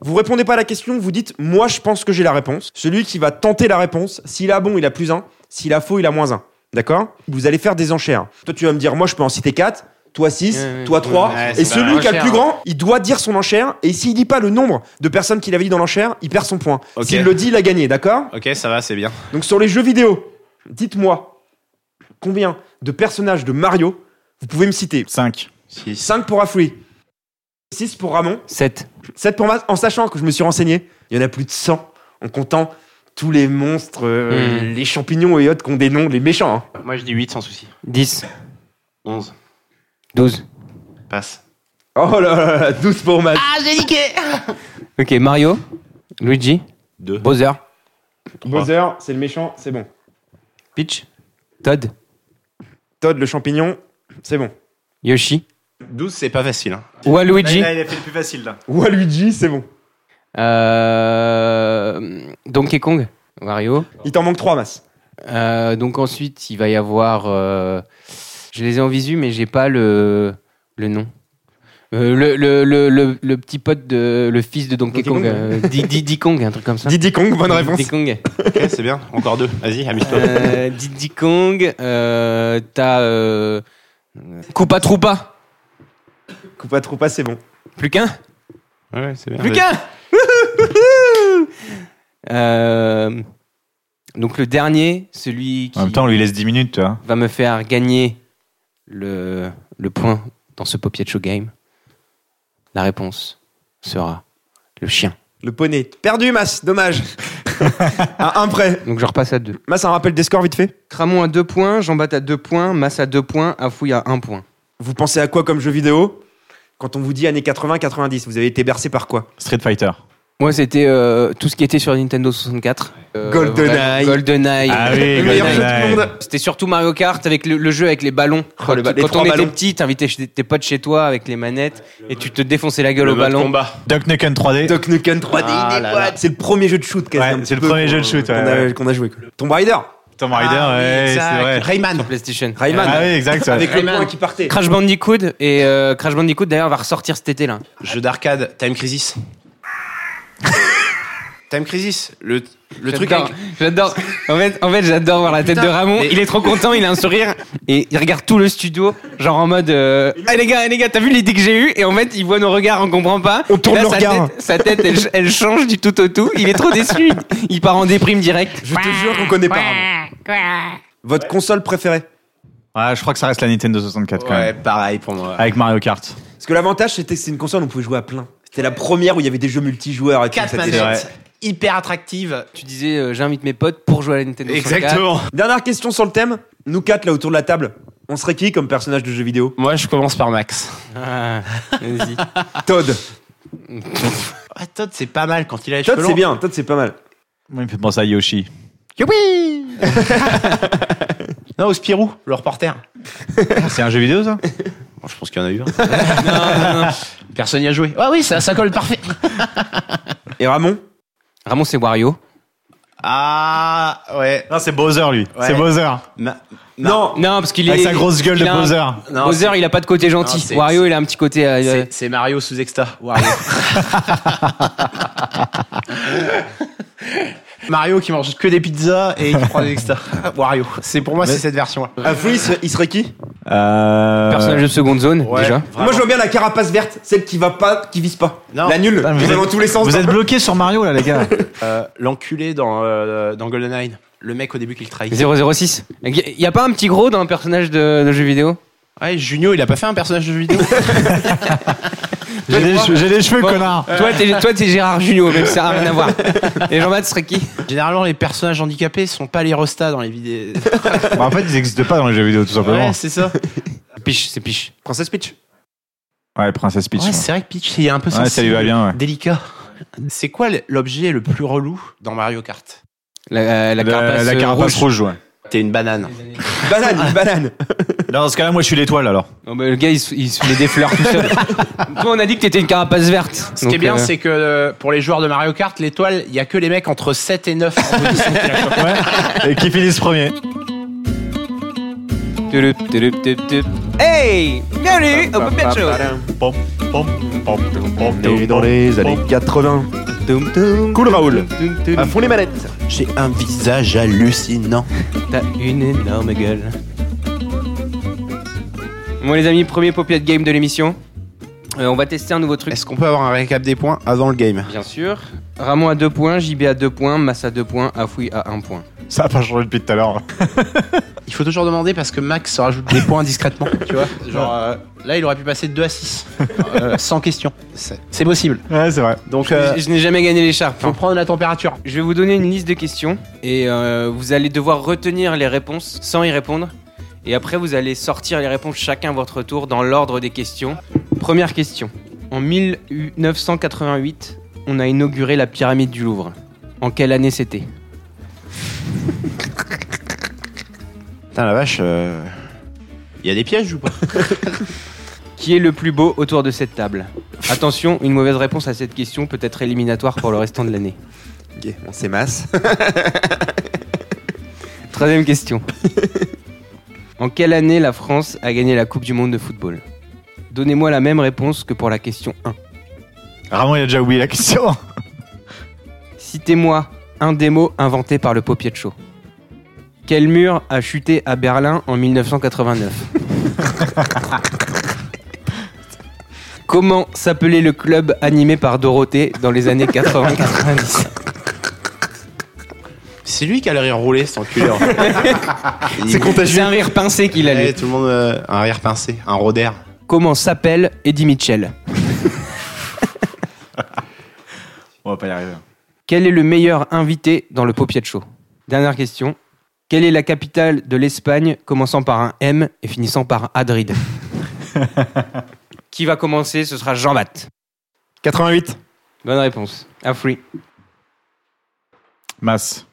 Vous répondez pas à la question, vous dites moi je pense que j'ai la réponse. Celui qui va tenter la réponse, s'il a bon, il a plus un, s'il a faux, il a moins un. D'accord Vous allez faire des enchères. Toi tu vas me dire moi je peux en citer 4, toi 6,
Ouais, ouais.
toi 3
Ouais,
et
c'est pas
celui
mal.
qui a le plus
Enchère.
grand, il doit dire son enchère et s'il dit pas le nombre de personnes qu'il avait dit dans l'enchère, il perd son point.
Ok.
S'il le dit, il a gagné, d'accord
ok, ça va, c'est bien.
donc sur les jeux vidéo, dites-moi combien de personnages de Mario vous pouvez me citer.
5.
5 pour Afoui, 6 pour Ramon,
7.
7 pour Mas, en sachant que je me suis renseigné, il y en a plus de 100 en comptant tous les monstres, euh, les champignons et autres qui ont des noms, les méchants. hein.
Moi je dis 8 sans souci.
10.
11.
12.
Passe.
Oh là là là, 12 pour Mas.
Ok, Mario, Luigi,
Deux.
Bowser,
Bowser, c'est le méchant, c'est bon.
Peach, Todd,
Todd, le champignon, c'est bon.
Yoshi,
12, c'est pas facile. Hein.
Waluigi.
il a fait le plus facile, là.
Waluigi, c'est bon.
Euh, Donkey Kong, Wario.
Il t'en manque 3, Mas.
Euh, donc ensuite, il va y avoir. euh, je les ai en visu, mais j'ai pas le, le nom. Euh, le, le, le, le, le petit pote de le fils de Donkey,
Donkey
Kong,
Kong.
euh, Di- Diddy Kong, un truc comme ça.
Diddy Kong, bonne réponse. (laughs)
Diddy Kong.
Ok, c'est bien. Encore deux. Vas-y, amuse-toi.
Euh, Diddy Kong. euh, T'as euh, Koopa Troopa.
Koopa Troopa, c'est bon.
Plus qu'un.
Ah,
Ouais, c'est bien.
Plus qu'un.
(laughs)
Euh, donc le dernier, celui qui.
En même temps, on lui laisse 10 minutes, tu vois.
va me faire gagner le, le point dans ce Popiet Show Game, la réponse sera le chien.
Le poney. Perdu, Mas, dommage. À un près.
Donc je repasse à 2.
Mas, ça me rappelle des scores vite fait
Cramon à 2 points, Jean-Bat à 2 points, Masse à 2 points, Afouille à 1 point.
Vous pensez à quoi comme jeu vidéo Quand on vous dit années 80-90, vous avez été bercé par quoi
Street Fighter.
Moi, c'était euh, tout ce qui était sur Nintendo 64. Euh,
GoldenEye.
vraiment, GoldenEye.
Ah oui,
Le meilleur jeu
GoldenEye.
du monde
C'était surtout Mario Kart avec le, le jeu avec les ballons. quand
Oh, le ba- les
quand
trois
on était
ballons.
petit, t'invitais chez- tes potes chez toi avec les manettes et tu te défonçais la gueule au
mode
ballon.
combat.
Duck Nukem 3D.
Duck Nukem 3D,
Ah
des
là
boîtes.
là.
c'est le premier jeu de shoot quasi,
Ouais,
un petit
c'est le
peu,
premier
qu'on-
jeu de shoot,
qu'on
ouais,
a,
ouais.
qu'on a joué. quoi. Tomb Raider,
Tomb Raider,
Ah oui,
ouais, c'est
exact.
vrai.
Rayman.
PlayStation.
Rayman,
Ah oui, exact. ouais.
avec le
Rayman.
point qui partait.
Crash Bandicoot et euh, Crash Bandicoot d'ailleurs va ressortir cet été là.
Jeu d'arcade, Time (laughs) Crisis. Time Crisis, le, le truc
J'adore,
avec...
j'adore. En fait, en fait j'adore voir la tête de Ramon.
mais-
Il est trop content, il a un sourire et il regarde tout le studio, genre en mode euh, Ah les gars, eh, les gars, t'as vu l'idée que j'ai eue Et en fait, il voit nos regards, on comprend pas.
On tourne
Et là,
le
sa
regard.
Tête, sa tête, elle, elle change du tout au tout. Il est trop déçu. Il- Il part en déprime direct.
Je te jure qu'on connaît pas. Ramon. Votre console préférée
Ouais, je crois que ça reste la Nintendo 64 quand
Ouais,
même.
pareil pour moi.
Avec Mario Kart.
Parce que l'avantage, c'était que c'est une console où on pouvait jouer à plein. C'était la première où il y avait des jeux multijoueurs et tout.
Quatre
ça, c'était-
manettes.
manettes, hyper attractives.
Tu disais, euh, j'invite mes potes pour jouer à la Nintendo 64.
Dernière question sur le thème. Nous quatre, là, autour de la table, on serait qui comme personnage de jeu vidéo
Moi, je commence par Max.
Ah, vas-y.
Todd.
Ah, Todd, c'est pas mal quand il a les
Todd,
cheveux
c'est
longs.
bien. Todd, c'est pas mal.
Moi, il me fait penser à Yoshi.
Non, au Spirou, le reporter.
C'est un jeu vidéo, ça
Bon, je pense qu'il y en a eu un. Personne n'y a joué. Ah oui, ça, ça colle parfait.
Et Ramon
Ramon, c'est Wario.
Ah, ouais.
Non, c'est Bowser, lui.
Ouais.
C'est Bowser.
Ma-
Non.
Non, parce qu'il est.
Avec sa grosse gueule
il
de
a un-
Bowser.
Non,
Bowser, il a pas de côté
Non,
gentil.
c'est-
Wario, il a un petit côté. euh, euh,
C'est c'est Mario sous Exta. (laughs) Wario. Mario qui mange que des pizzas et qui prend des Exta. (laughs) Wario. C'est pour moi, c'est cette version. là
Afri, il serait qui
Euh...
personnage de seconde zone, déjà.
Moi, je vois bien la carapace verte, celle qui va pas, qui vise pas.
Non.
La nulle.
Ah, mais
Vous
vous
allez
êtes-
dans tous les sens.
Vous êtes bloqué sur Mario, là, les gars.
Euh, L'enculé dans euh, dans GoldenEye. Le mec au début qui le trahit.
006. Y a pas un petit gros dans un personnage de, de jeu vidéo
Ouais, Junio, il a pas fait un personnage de jeu
(laughs)
vidéo.
J'ai des, che- j'ai des cheveux,
Bon.
connard.
Toi, t'es toi, t'es Gérard Junio, même si ça n'a rien à
(laughs)
voir. Et Jean-Baptiste serait qui
Généralement, les personnages handicapés sont pas les rostas dans les vidéos.
Bah, en fait, ils n'existent pas dans les jeux vidéo, tout simplement.
Ouais,
(laughs)
c'est ça.
Piche, c'est Piche.
Princess Peach.
Ouais, Princess Peach.
Ouais, c'est vrai que Peach, il est un peu
Ouais, ça lui va
sensible,
bien, ouais.
Délicat. C'est quoi l'objet le plus relou dans Mario Kart
La, la carapace, euh, rouge.
rouge, ouais.
T'es une banane.
Banane, une banane.
Non, dans ce cas-là, moi, je suis l'étoile, alors.
Non, mais le gars, il, se- il se met des fleurs tout
(laughs)
seul. Toi, on a dit que t'étais une carapace verte.
Ce qui est bien, c'est que euh, pour les joueurs de Mario Kart, l'étoile, il y a que les mecs entre 7 et 9
(laughs)
en position.
Et qui finissent premier.
Hey Bienvenue au Puppet Show
Pom, pom, pom, pom,
Et dans
pom,
les
pom.
années 80. Cool Raoul. À fond les manettes.
J'ai un visage hallucinant.
T'as une énorme gueule. Bon, les amis, premier Puppet Game de l'émission. Euh, on va tester un nouveau truc.
Est-ce qu'on peut avoir un récap des points avant le game
Bien sûr. Ramon à 2 points, JB à 2 points, Massa à 2 points, Afoui à 1 point.
Ça a pas changé depuis tout à l'heure. hein.
Il faut toujours demander parce que Max se rajoute des points discrètement. Tu vois Genre euh, là, il aurait pu passer de 2 à 6. euh, sans question. C'est c'est possible.
Ouais, c'est vrai.
Donc, euh,
Je, je n'ai jamais gagné hein. l'écharpe.
faut prendre la température.
Je vais vous donner une liste de questions et euh, vous allez devoir retenir les réponses sans y répondre. Et après, vous allez sortir les réponses chacun à votre tour dans l'ordre des questions. Première question. En 1988, on a inauguré la pyramide du Louvre. En quelle année c'était
Putain, la vache. euh, Il y a des pièges ou pas
Qui est le plus beau autour de cette table Attention, une mauvaise réponse à cette question peut être éliminatoire pour le restant de l'année.
(laughs) Ok, on s'émasse.
Troisième question. en quelle année la France a gagné la Coupe du Monde de football Donnez-moi la même réponse que pour la question 1.
Ramon, il a déjà oublié la question.
Citez-moi un des mots inventé par le de Show. Quel mur a chuté à Berlin en 1989 Comment s'appelait le club animé par Dorothée dans les années 80-90
C'est lui qui a le rire roulé, cet enculé. en fait. Il-
C'est un rire pincé qu'il a
Ouais,
lu.
tout le monde euh, un rire pincé, un roder.
Comment s'appelle Eddie Mitchell
On va pas y arriver.
Quel est le meilleur invité dans le Popiat Show Dernière question. Quelle est la capitale de l'Espagne commençant par un M et finissant par Adrid Qui va commencer Ce sera Jean Bat.
88.
Bonne réponse. À free.
Masse.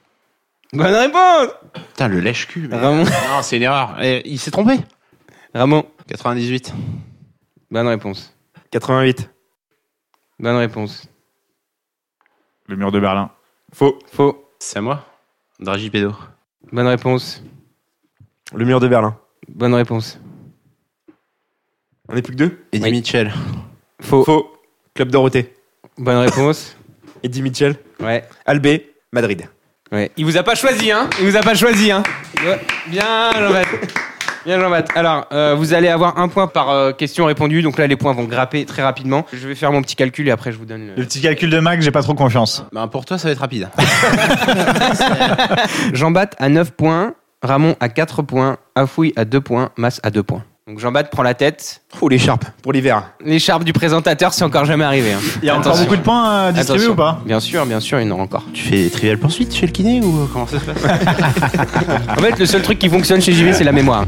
Bonne réponse
Putain, le lèche-cul. mais-
Ramon.
Non, c'est une erreur. Eh, il s'est trompé.
Ramon.
98.
Bonne réponse.
88.
Bonne réponse.
Le mur de Berlin.
Faux.
Faux.
C'est à moi. Dragi Pédo.
Bonne réponse.
Le mur de Berlin.
Bonne réponse.
On n'est plus que deux
Eddie
Oui.
Mitchell.
Faux.
Faux. Club Dorothée.
Bonne réponse.
Eddie Mitchell.
Ouais.
Albé. Madrid.
Ouais. Il vous a pas choisi, hein Il vous a pas choisi, hein Ouais. Bien, Jean-Baptiste. Bien, Jean-Baptiste. Alors, euh, vous allez avoir un point par euh, question répondue. Donc là, les points vont grapper très rapidement. Je vais faire mon petit calcul et après, je vous donne
Le
le...
petit calcul de Mac, j'ai pas trop confiance.
Ben, pour toi, ça va être rapide.
Jean-Baptiste à 9 points, Ramon à 4 points, Afoui à 2 points, Mass à 2 points. Donc Jean-Baptiste prend la tête.
Oh, l'écharpe pour l'hiver.
L'écharpe du présentateur, c'est encore jamais arrivé. hein.
Il y a encore
Attention.
beaucoup de points à distribuer
Attention.
ou pas
Bien sûr, bien sûr, il y en aura encore.
(laughs) Tu fais trivial poursuite chez le kiné ou comment ça se passe
En fait, le seul truc qui fonctionne chez JV, c'est la mémoire.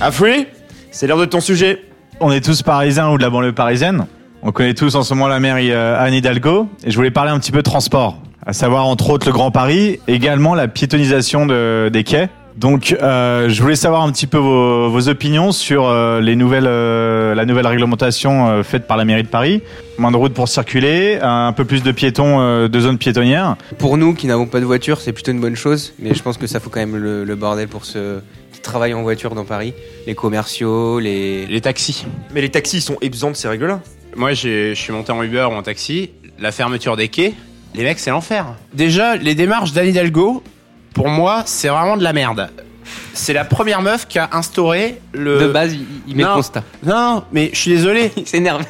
Afri, c'est l'heure de ton sujet.
On est tous parisiens ou de la banlieue parisienne. On connaît tous en ce moment la mairie euh, Anne Hidalgo. Et je voulais parler un petit peu de transport. À savoir, entre autres, le Grand Paris, également la piétonisation de- des quais. Donc, euh, je voulais savoir un petit peu vos, vos opinions sur euh, les nouvelles, euh, la nouvelle réglementation euh, faite par la mairie de Paris. Moins de routes pour circuler, un peu plus de piétons, euh, de zones piétonnières.
Pour nous qui n'avons pas de voiture, c'est plutôt une bonne chose, mais je pense que ça fout quand même le, le bordel pour ceux qui travaillent en voiture dans Paris. Les commerciaux, les.
Les taxis.
Mais les taxis sont exempts de ces règles-là.
Moi, j'ai- je suis monté en Uber ou en taxi. La fermeture des quais, les mecs, c'est l'enfer. Déjà, les démarches d'Anne Hidalgo, pour moi, c'est vraiment de la merde. C'est la première meuf qui a instauré le.
de base, il, il met
euh, non.
le constat.
Non, mais je suis désolé.
Il (laughs) s'énerve.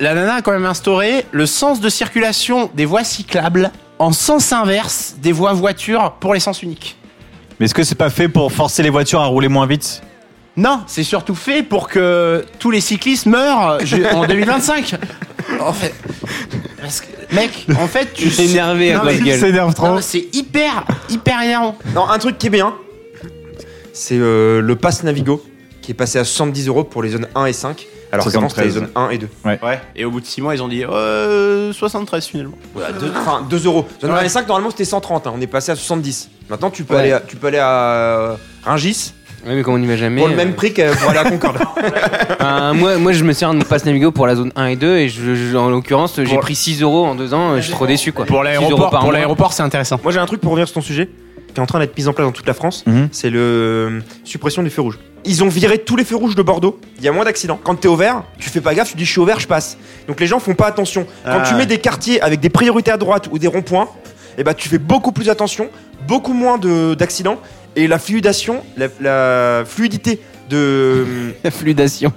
La nana a quand même instauré le sens de circulation des voies cyclables en sens inverse des voies voitures pour les sens uniques.
Mais est-ce que c'est pas fait pour forcer les voitures à rouler moins vite
Non, c'est surtout fait pour que tous les cyclistes meurent ju- (laughs) en 2025. En fait, parce que, mec, en fait, (laughs) tu
Il est énervé à
Non,
cause
mais-
de gueule.
s'énerve
Non, mais c'est hyper, hyper énervant.
Non, un truc qui est bien, c'est euh, le pass Navigo qui est passé à 70 euros pour les zones 1 et 5. Alors qu'avant, c'était les
73.
zones 1 et 2.
Ouais. Et au bout de 6 mois, ils ont dit euh, 73 finalement.
Ouais, deux- Enfin, 2 euros. Zone 1
Ouais.
et 5, normalement, c'était 130. hein. On est passé à 70. Maintenant, tu peux,
Ouais.
aller, à, tu peux aller à Ringis
Ouais, mais comme on n'y va jamais.
pour le
euh,
même prix que pour aller à
(laughs)
Concorde.
enfin, moi, moi, je me sers de mon pass Navigo pour la zone 1 et 2, et je- je- en l'occurrence, j'ai
Pour-
pris 6 euros en 2 ans, euh, je suis trop déçu quoi. 6 euros par
pour
mois.
l'aéroport, c'est intéressant.
Moi, j'ai un truc pour revenir sur ton sujet qui est en train d'être mis en place dans toute la France.
Mhm.
C'est le euh, suppression des feux rouges. Ils ont viré tous les feux rouges de Bordeaux. Il y a moins d'accidents. Quand t'es au vert, tu fais pas gaffe, tu dis je suis au vert, je passe. Donc les gens font pas attention. Quand
Ah
tu mets
ouais.
des quartiers avec des priorités à droite ou des ronds-points, eh ben tu fais beaucoup plus attention, beaucoup moins de- d'accidents et la fluidation, la, la fluidité de (laughs)
La fluidation.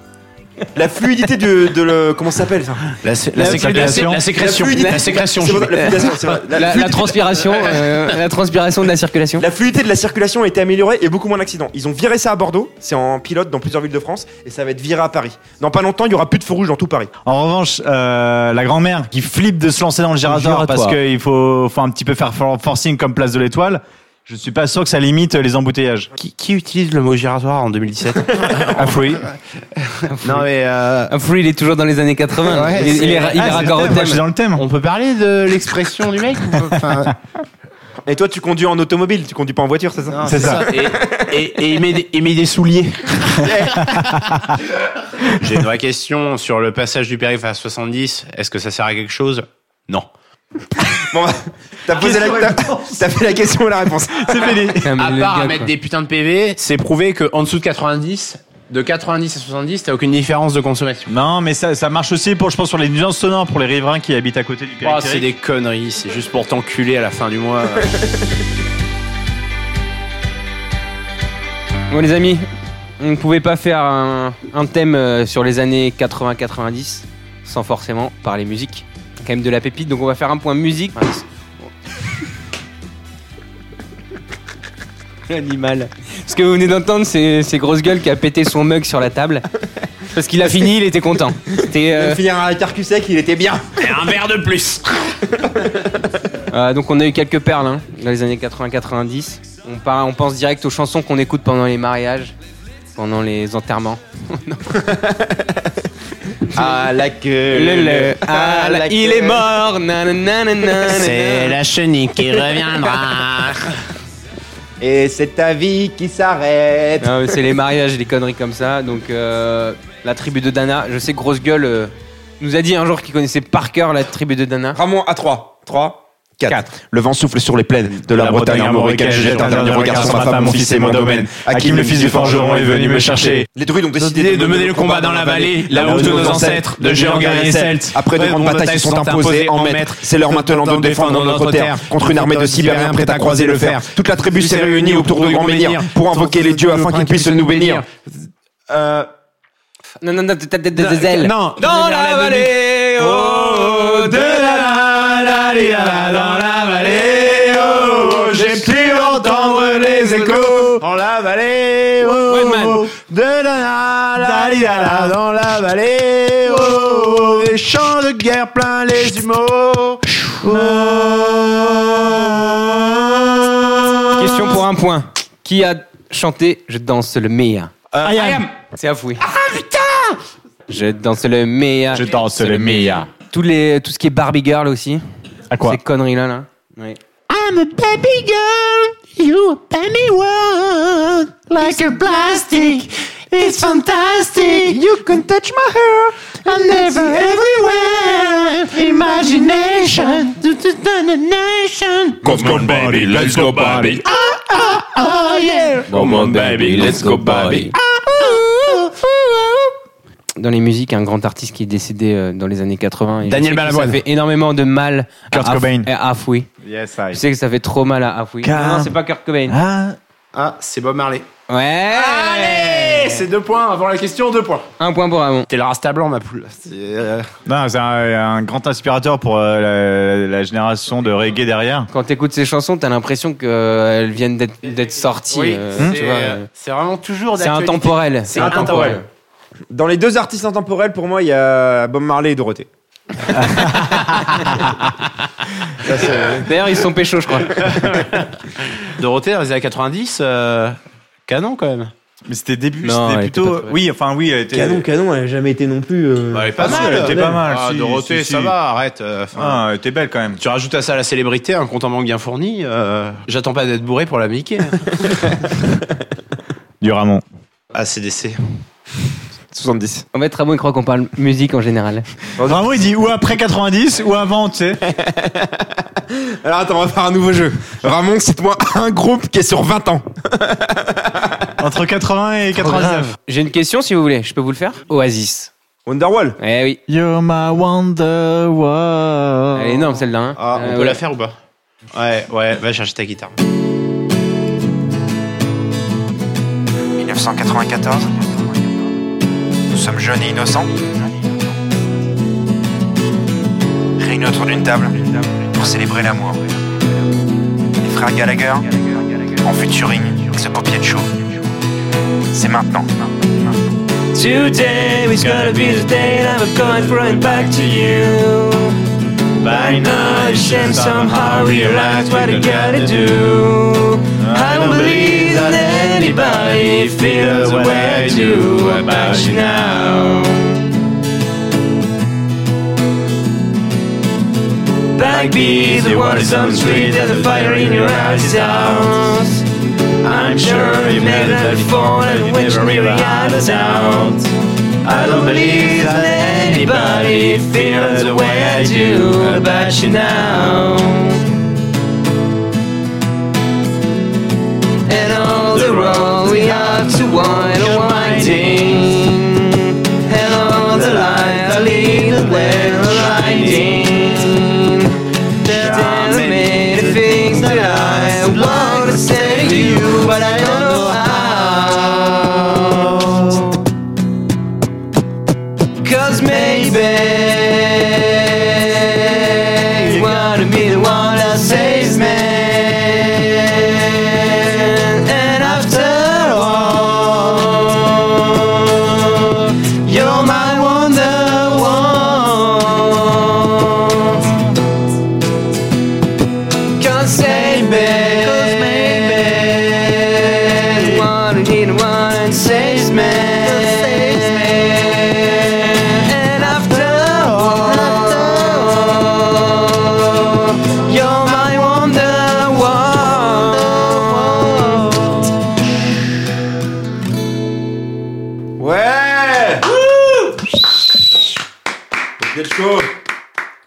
la fluidité de, de le comment ça s'appelle ça
La,
sécrétion.
sécrétion.
fluidité-
La sécrétion.
C'est bon, la fluidation, c'est vrai.
La, la
fluidité-
transpiration,
(laughs)
euh, la transpiration de la circulation.
La fluidité de la circulation a été améliorée et beaucoup moins d'accidents. Ils ont viré ça à Bordeaux, c'est en pilote dans plusieurs villes de France, et ça va être viré à Paris. Dans pas longtemps, il y aura plus de feux rouges dans tout Paris.
En revanche, euh, la grand-mère qui flippe de se lancer dans le
Jure
giratoire
à
parce
toi.
qu'il faut, faut un petit peu faire for- forcing comme place de l'étoile, je suis pas sûr que ça limite les embouteillages.
Qui, qui utilise le mot giratoire en 2017
Afri.
Non mais euh,
Un Free, il est toujours dans les années 80.
Ouais,
il, il
c'est-
est, il est raccord au
Je suis
thème.
dans Ah, le thème.
(laughs) on peut parler de l'expression du mec ou- enfin,
Et toi, tu conduis en automobile, tu conduis pas en voiture, c'est ça
non,
C'est ça.
Et, et- et il, met des, il met des souliers. (laughs) J'ai une vraie question sur le passage du périph' à 70. Est-ce que ça sert à quelque chose Non.
Bon, bah, t'as posé la, t'as- t'as fait la question ou la réponse (laughs)
C'est fini.
Putain, mais
À
le
part
gars,
à mettre
quoi.
des putains de PV, c'est prouvé que en dessous de 90, de 90 à 70, t'as aucune différence de consommation.
Non, mais ça, ça marche aussi pour, je pense, sur les nuisances sonores pour les riverains qui habitent à côté du
Oh, c'est
périphérique.
des conneries, c'est juste pour t'enculer à la fin du (laughs) mois.
Bon les amis, on ne pouvait pas faire un, un thème euh, sur les années 80-90 sans forcément parler musique. Quand même de la pépite, donc on va faire un point musique. (laughs) L'animal. Ce que vous venez d'entendre, c'est c'est Grosse Gueule qui a pété son mug sur la table. Parce qu'il a fini, il était content. C'était, euh,
Finir un écart cul sec, il était bien.
un verre de plus.
euh, donc on a eu quelques perles hein, dans les années 80-90. On, par- on pense direct aux chansons qu'on écoute pendant les mariages, pendant les enterrements.
Ah, la queue.
Le- le- ah, la- il est mort nanana, nanana.
(laughs)
la chenille qui reviendra.
Et c'est ta vie qui s'arrête.
Non, mais c'est les mariages et les conneries comme ça. Donc, euh, la tribu de Dana, je sais que Grosse Gueule euh, nous a dit un jour qu'il connaissait par cœur la tribu de Dana.
Ramon à 3. 3. 4. Le vent souffle sur les plaines de la, Bretagne armoricaine. Je jette un dernier regard sur ma femme, mon fils et mon domaine.
Hakim, le fils du forgeron, est venu me chercher.
Les druides ont
Décidé de mener le combat dans la vallée, là où de nos ancêtres, de géants guerriers celtes.
Après de grandes batailles se sont imposées en maîtres. C'est l'heure maintenant de défendre notre terre contre une armée de Sibériens prête à croiser le fer. Toute la tribu s'est réunie autour du grand menhir pour invoquer les dieux afin qu'ils puissent nous bénir.
Non, non, non, de- de- de- de- des ailes.
Non,
dans la vallée, oh, de la.
dans la vallée, oh, j'ai pu entendre les échos. Dans la vallée, oh,
Windman.
de la la la la la, dans la vallée, oh, les champs de guerre plein les humours. Euh,
Question pour un point. Qui a chanté Je danse le meilleur
Euh,
C'est à vous. Ah putain Je danse le meilleur.
Je danse le Mia.
Tous les, tout ce qui est Barbie Girl aussi.
À quoi
Ces conneries-là, là. Oui.
I'm a baby girl, you a penny world, like a plastic. It's fantastic. You can touch my hair. I'm never everywhere. Imagination, to the nation.
Come on, baby, let's go, baby.
Oh yeah. Ah,
Come on, baby, let's go, baby.
Ooh, ooh, ooh.
dans les musiques, un grand artiste qui est décédé euh, dans les années 80. Et
Daniel
je sais que
Balavoine.
Ça fait énormément de mal
Kurt
à, Af-
Cobain.
à Afoui.
Yes,
Je sais que ça fait trop mal à Afoui.
Car-
Non, non, c'est pas Kurt Cobain.
Ah,
Ah, c'est Bob Marley.
Ouais
Allez, c'est deux points avant la question, deux points.
Un point pour Ramon.
T'es le rasta blanc, ma poule. C'est, euh,
Non, c'est un, un grand inspirateur pour euh, la, la génération de reggae derrière.
Quand t'écoutes ces chansons, t'as l'impression qu'elles viennent d'être- d'être sorties.
Oui,
euh, tu
c'est,
vois,
euh,
euh,
c'est vraiment toujours
c'est
d'actualité.
intemporel.
C'est intemporel.
Dans les deux artistes intemporels, pour moi, il y a Bob Marley et Dorothée.
euh,
(laughs) D'ailleurs, ils sont pécho, je crois.
Dorothée, dans les années 90, euh, canon quand même.
Mais c'était début,
Non,
c'était
elle était pas
plutôt.
très-
Oui, enfin, oui, elle était.
canon, elle n'a jamais été non plus. euh,
elle est
Ah, si, elle était pas mal.
Ah,
si,
Dorothée,
si, si.
ça va, arrête. euh, enfin,
Ah, elle était belle quand même.
Tu rajoutes à ça la célébrité, un compte en banque bien fourni. euh, J'attends pas d'être bourré pour la (laughs) miquer.
Du Ramon.
Ah, ACDC.
70.
En fait, Ramon, il croit qu'on parle musique en général.
Ramon, il dit ou après 90 ou avant, tu sais.
Alors attends, on va faire un nouveau jeu. Ramon, cite-moi un groupe qui est sur 20 ans.
Entre 80 et 99.
J'ai une question, si vous voulez. Je peux vous le faire Oasis.
Wonderwall.
Eh oui.
You're my wonder world.
Elle est énorme, celle-là. hein.
Ah, on
Euh,
peut
voilà.
la faire ou pas Ouais, ouais, va chercher ta guitare.
1994. Nous sommes jeunes et innocents. Réunis autour d'une table pour célébrer l'amour. Les frères Gallagher en featuring avec ce copier de show. C'est maintenant.
Today is gonna be the day that I'm going throwing back to you. By now, you should somehow realize what you gotta do. I don't believe that anybody feels the way I do about you now. Black bees, the water's on the street, there's a fire in your eyes, it's out. I'm sure you've met that before, and when you realize out. I don't believe that anybody feels the way I do about you now. And all the roads we have to wind are winding. And all the lights are lead the way are blinding. There are many things that I want to say to you, but I don't know how. Cause maybe you wanna be the one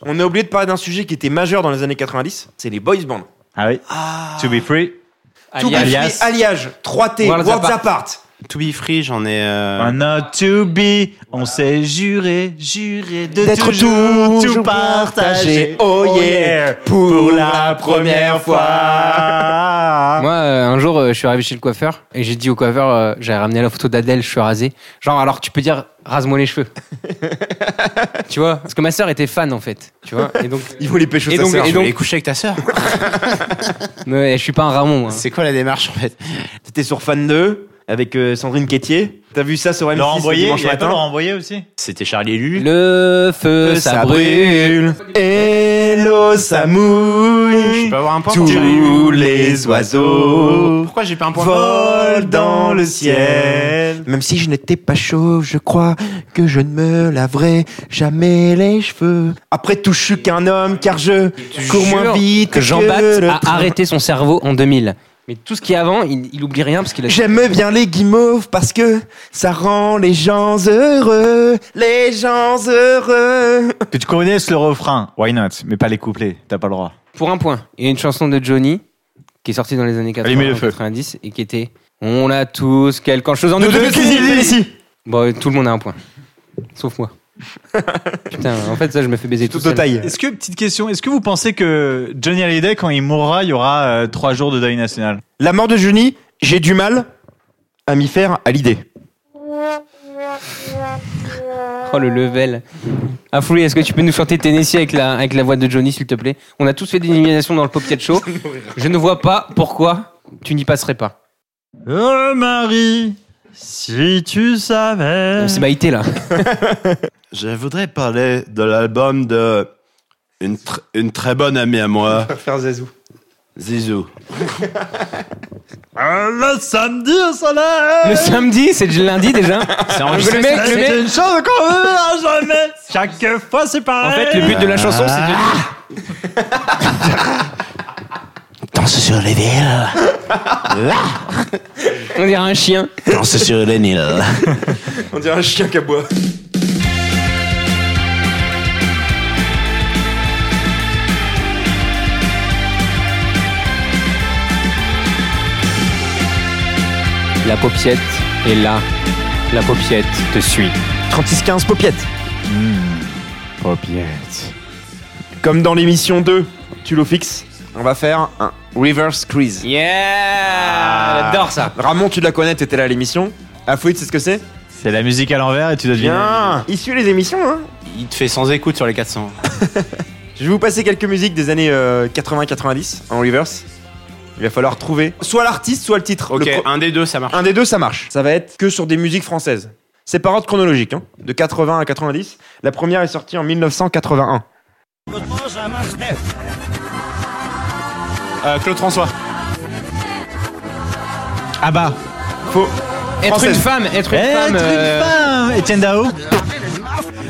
on a oublié de parler d'un sujet qui était majeur dans les années 90, c'est les boys bands.
Ah oui. To be free.
To be
Alias.
free, Alliage, 3T,
Worlds
Worlds,
Apart.
Apart.
To be free, j'en ai. euh,
Un not to be. On s'est juré, juré de
D'être
toujours, tout
toujours
partager.
partagé.
Oh
Oh
yeah.
yeah.
Pour la première fois.
Moi, euh, un jour, euh, je suis arrivé chez le coiffeur et j'ai dit au coiffeur, euh, j'avais ramené la photo d'Adèle, je suis rasé. Genre, alors tu peux dire, rase-moi les cheveux. tu vois Parce que ma sœur était fan, en fait. Tu vois Et donc,
Il faut les pécho
Et
sa
donc-
sœur.
et
Tu
donc-
voulais coucher avec ta sœur
(laughs) ouais, je suis pas un Ramon. hein.
C'est quoi la démarche en fait
T'étais sur Fan 2 avec euh, Sandrine Quétier. T'as vu ça sur M6
Laurent
le
Boyer,
dimanche
il y avait pas
matin
Laurent Boyer aussi
C'était Charlie Lulu.
Le feu, ça, brûle.
Hello, ça mouille.
Je peux avoir un point pour Charlie Lulu
Tous les oiseaux
Pourquoi j'ai pas un point
volent dans le ciel. Même si je n'étais pas chauve, je crois que je ne me laverai jamais les cheveux. Après tout, je suis qu'un homme car je cours moins
jure
vite
que Jean
que
Bat
le
a
train.
arrêté son cerveau en 2000. Mais tout ce qui est avant, il, il oublie rien
(laughs)
parce qu'il a.
J'aime bien les guimauves parce que ça rend les gens heureux, les gens heureux.
Que tu connaisses le refrain. Why not Mais pas les couplets. T'as pas le droit.
Pour un point, il y a une chanson de Johnny qui est sortie dans les années
Allumez le
80,
feu.
90 et qui était On a tous quelque chose en nous deux. Bon, tout le monde a un point. Sauf moi. Putain, en fait, ça, je me fais baiser tout,
Tout de
seul.
taille.
Est-ce que, petite question, est-ce que vous pensez que Johnny Hallyday, quand il mourra, il y aura euh, trois jours de deuil national
La mort de Johnny, j'ai du mal à m'y faire à l'idée.
Oh, le level. Afrouli, est-ce que tu peux nous chanter Tennessee avec la, avec la voix de Johnny, s'il te plaît On a tous fait des nominations dans le Pop Cat Show. Je ne vois pas pourquoi tu n'y passerais pas.
Oh Marie, si tu savais.
C'est Maïté, là.
Je voudrais parler de l'album de une, tr- une très bonne amie à moi,
Faire Zazou.
Zizou.
Le samedi au soleil.
Le samedi, c'est le lundi déjà.
C'est
Le mec, le mec-
une chose qu'on verra jamais. Chaque fois, c'est
En
pareil.
fait, le but de la chanson, c'est de dire
Danse sur les villes,
on dirait un chien.
danse sur les nils.
On dirait un chien qui aboie.
La paupiette est là. La paupiette te suit. Hmm,
36-15 paupiette. Comme dans l'émission 2, tu l'eau fixe, on va faire un reverse quiz.
Yeah J'adore ça.
Ramon, tu la connais, t'étais là à l'émission. Afouit, c'est ce que c'est
C'est la musique à l'envers et tu dois deviner.
Bien Il suit les émissions, hein
Il te fait sans écoute sur les 400.
Je vais vous passer quelques musiques des années 80-90 en reverse. Il va falloir trouver soit l'artiste, soit le titre.
Ok,
Le pro-
un des deux, ça marche.
Un des deux, ça marche. Ça va être que sur des musiques françaises. C'est par ordre chronologique, hein, de 80 à 90. La première est sortie en 1981.
Euh, Claude François.
Ah bah.
Faux.
Être une
Française.
femme, être une femme. euh,
femme. Etienne Dao.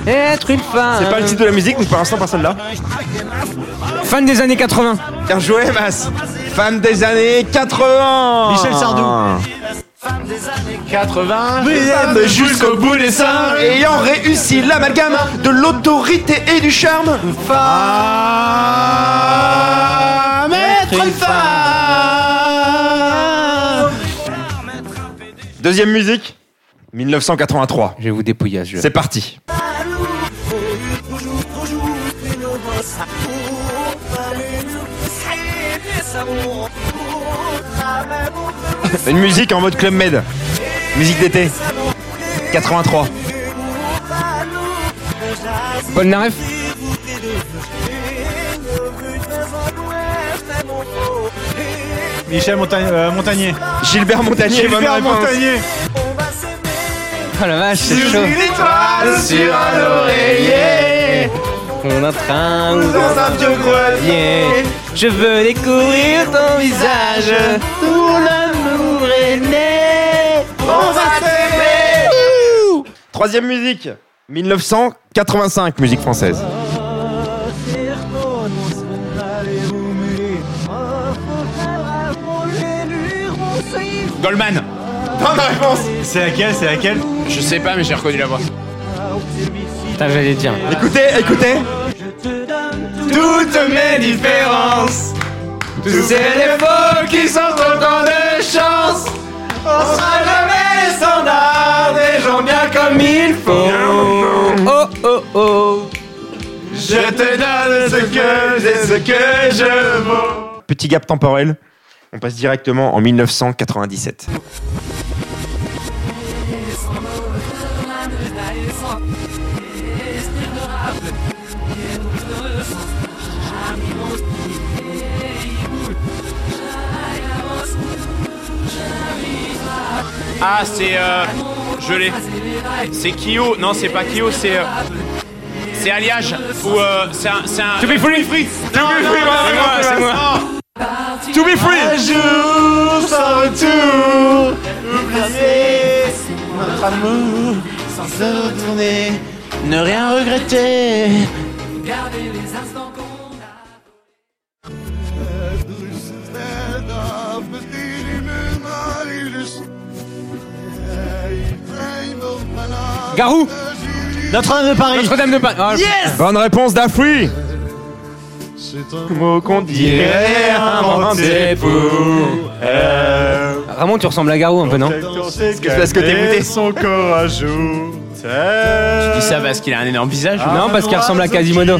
Être une femme.
C'est pas le titre de la musique, donc pour l'instant, personne là.
Fan des années 80.
Bien joué, Mas. Femme des années 80.
Oh.
Michel Sardou.
80.
Brienne jusqu'au bout des seins, ayant réussi l'amalgame de l'autorité et du charme. Femme, être une femme. Deuxième musique, 1983.
Je vais vous dépouiller à ce jeu.
C'est parti. Une musique en mode Club Med. Musique d'été. 83.
Paul Naref
Michel Monta- euh, Montagnier.
Gilbert Montagnier, bonne
Gilbert
réponse.
Montagnier.
Oh la vache, c'est chaud.
étoile sur un oreiller,
On a train.
un vieux grenier.
Je veux découvrir ton visage.
On va s'aimer. Troisième musique, 1985, musique française.
Goldman.
Bonne réponse.
C'est laquelle C'est laquelle
Je sais pas, mais j'ai reconnu la voix.
Putain, j'allais dire.
Écoutez, écoutez.
Je te donne toutes mes différences. Tous ces défauts qui sont autant de chance. On sera jamais les standards des gens bien comme il faut.
Oh oh oh.
Je te donne ce que j'ai, ce que je vaux.
Petit gap temporel. On passe directement en 1997.
Ah, c'est. Euh, je l'ai. C'est Kyo. Non, c'est pas Kyo, c'est. euh, c'est Alliage. Ou. Euh, c'est un, c'est un. To be free! Non, non, non, c'est moi, c'est moi.
To be free Un jour sans retour Oublier notre amour Sans se retourner Ne rien regretter
Gardez les instants qu'on a.
Garou
Notre-Dame de Paris
Notre-Dame de Paris. Ah,
Yes
Bonne réponse d'Afri Mot qu'on
Dirait inventé pour elle
Ramon, tu ressembles à Garou un peu, non
c'est parce que t'es bouté.
son corps à jour
Je dis ça parce qu'il a un énorme visage.
Ah.
Non, parce qu'elle ressemble à Quasimodo.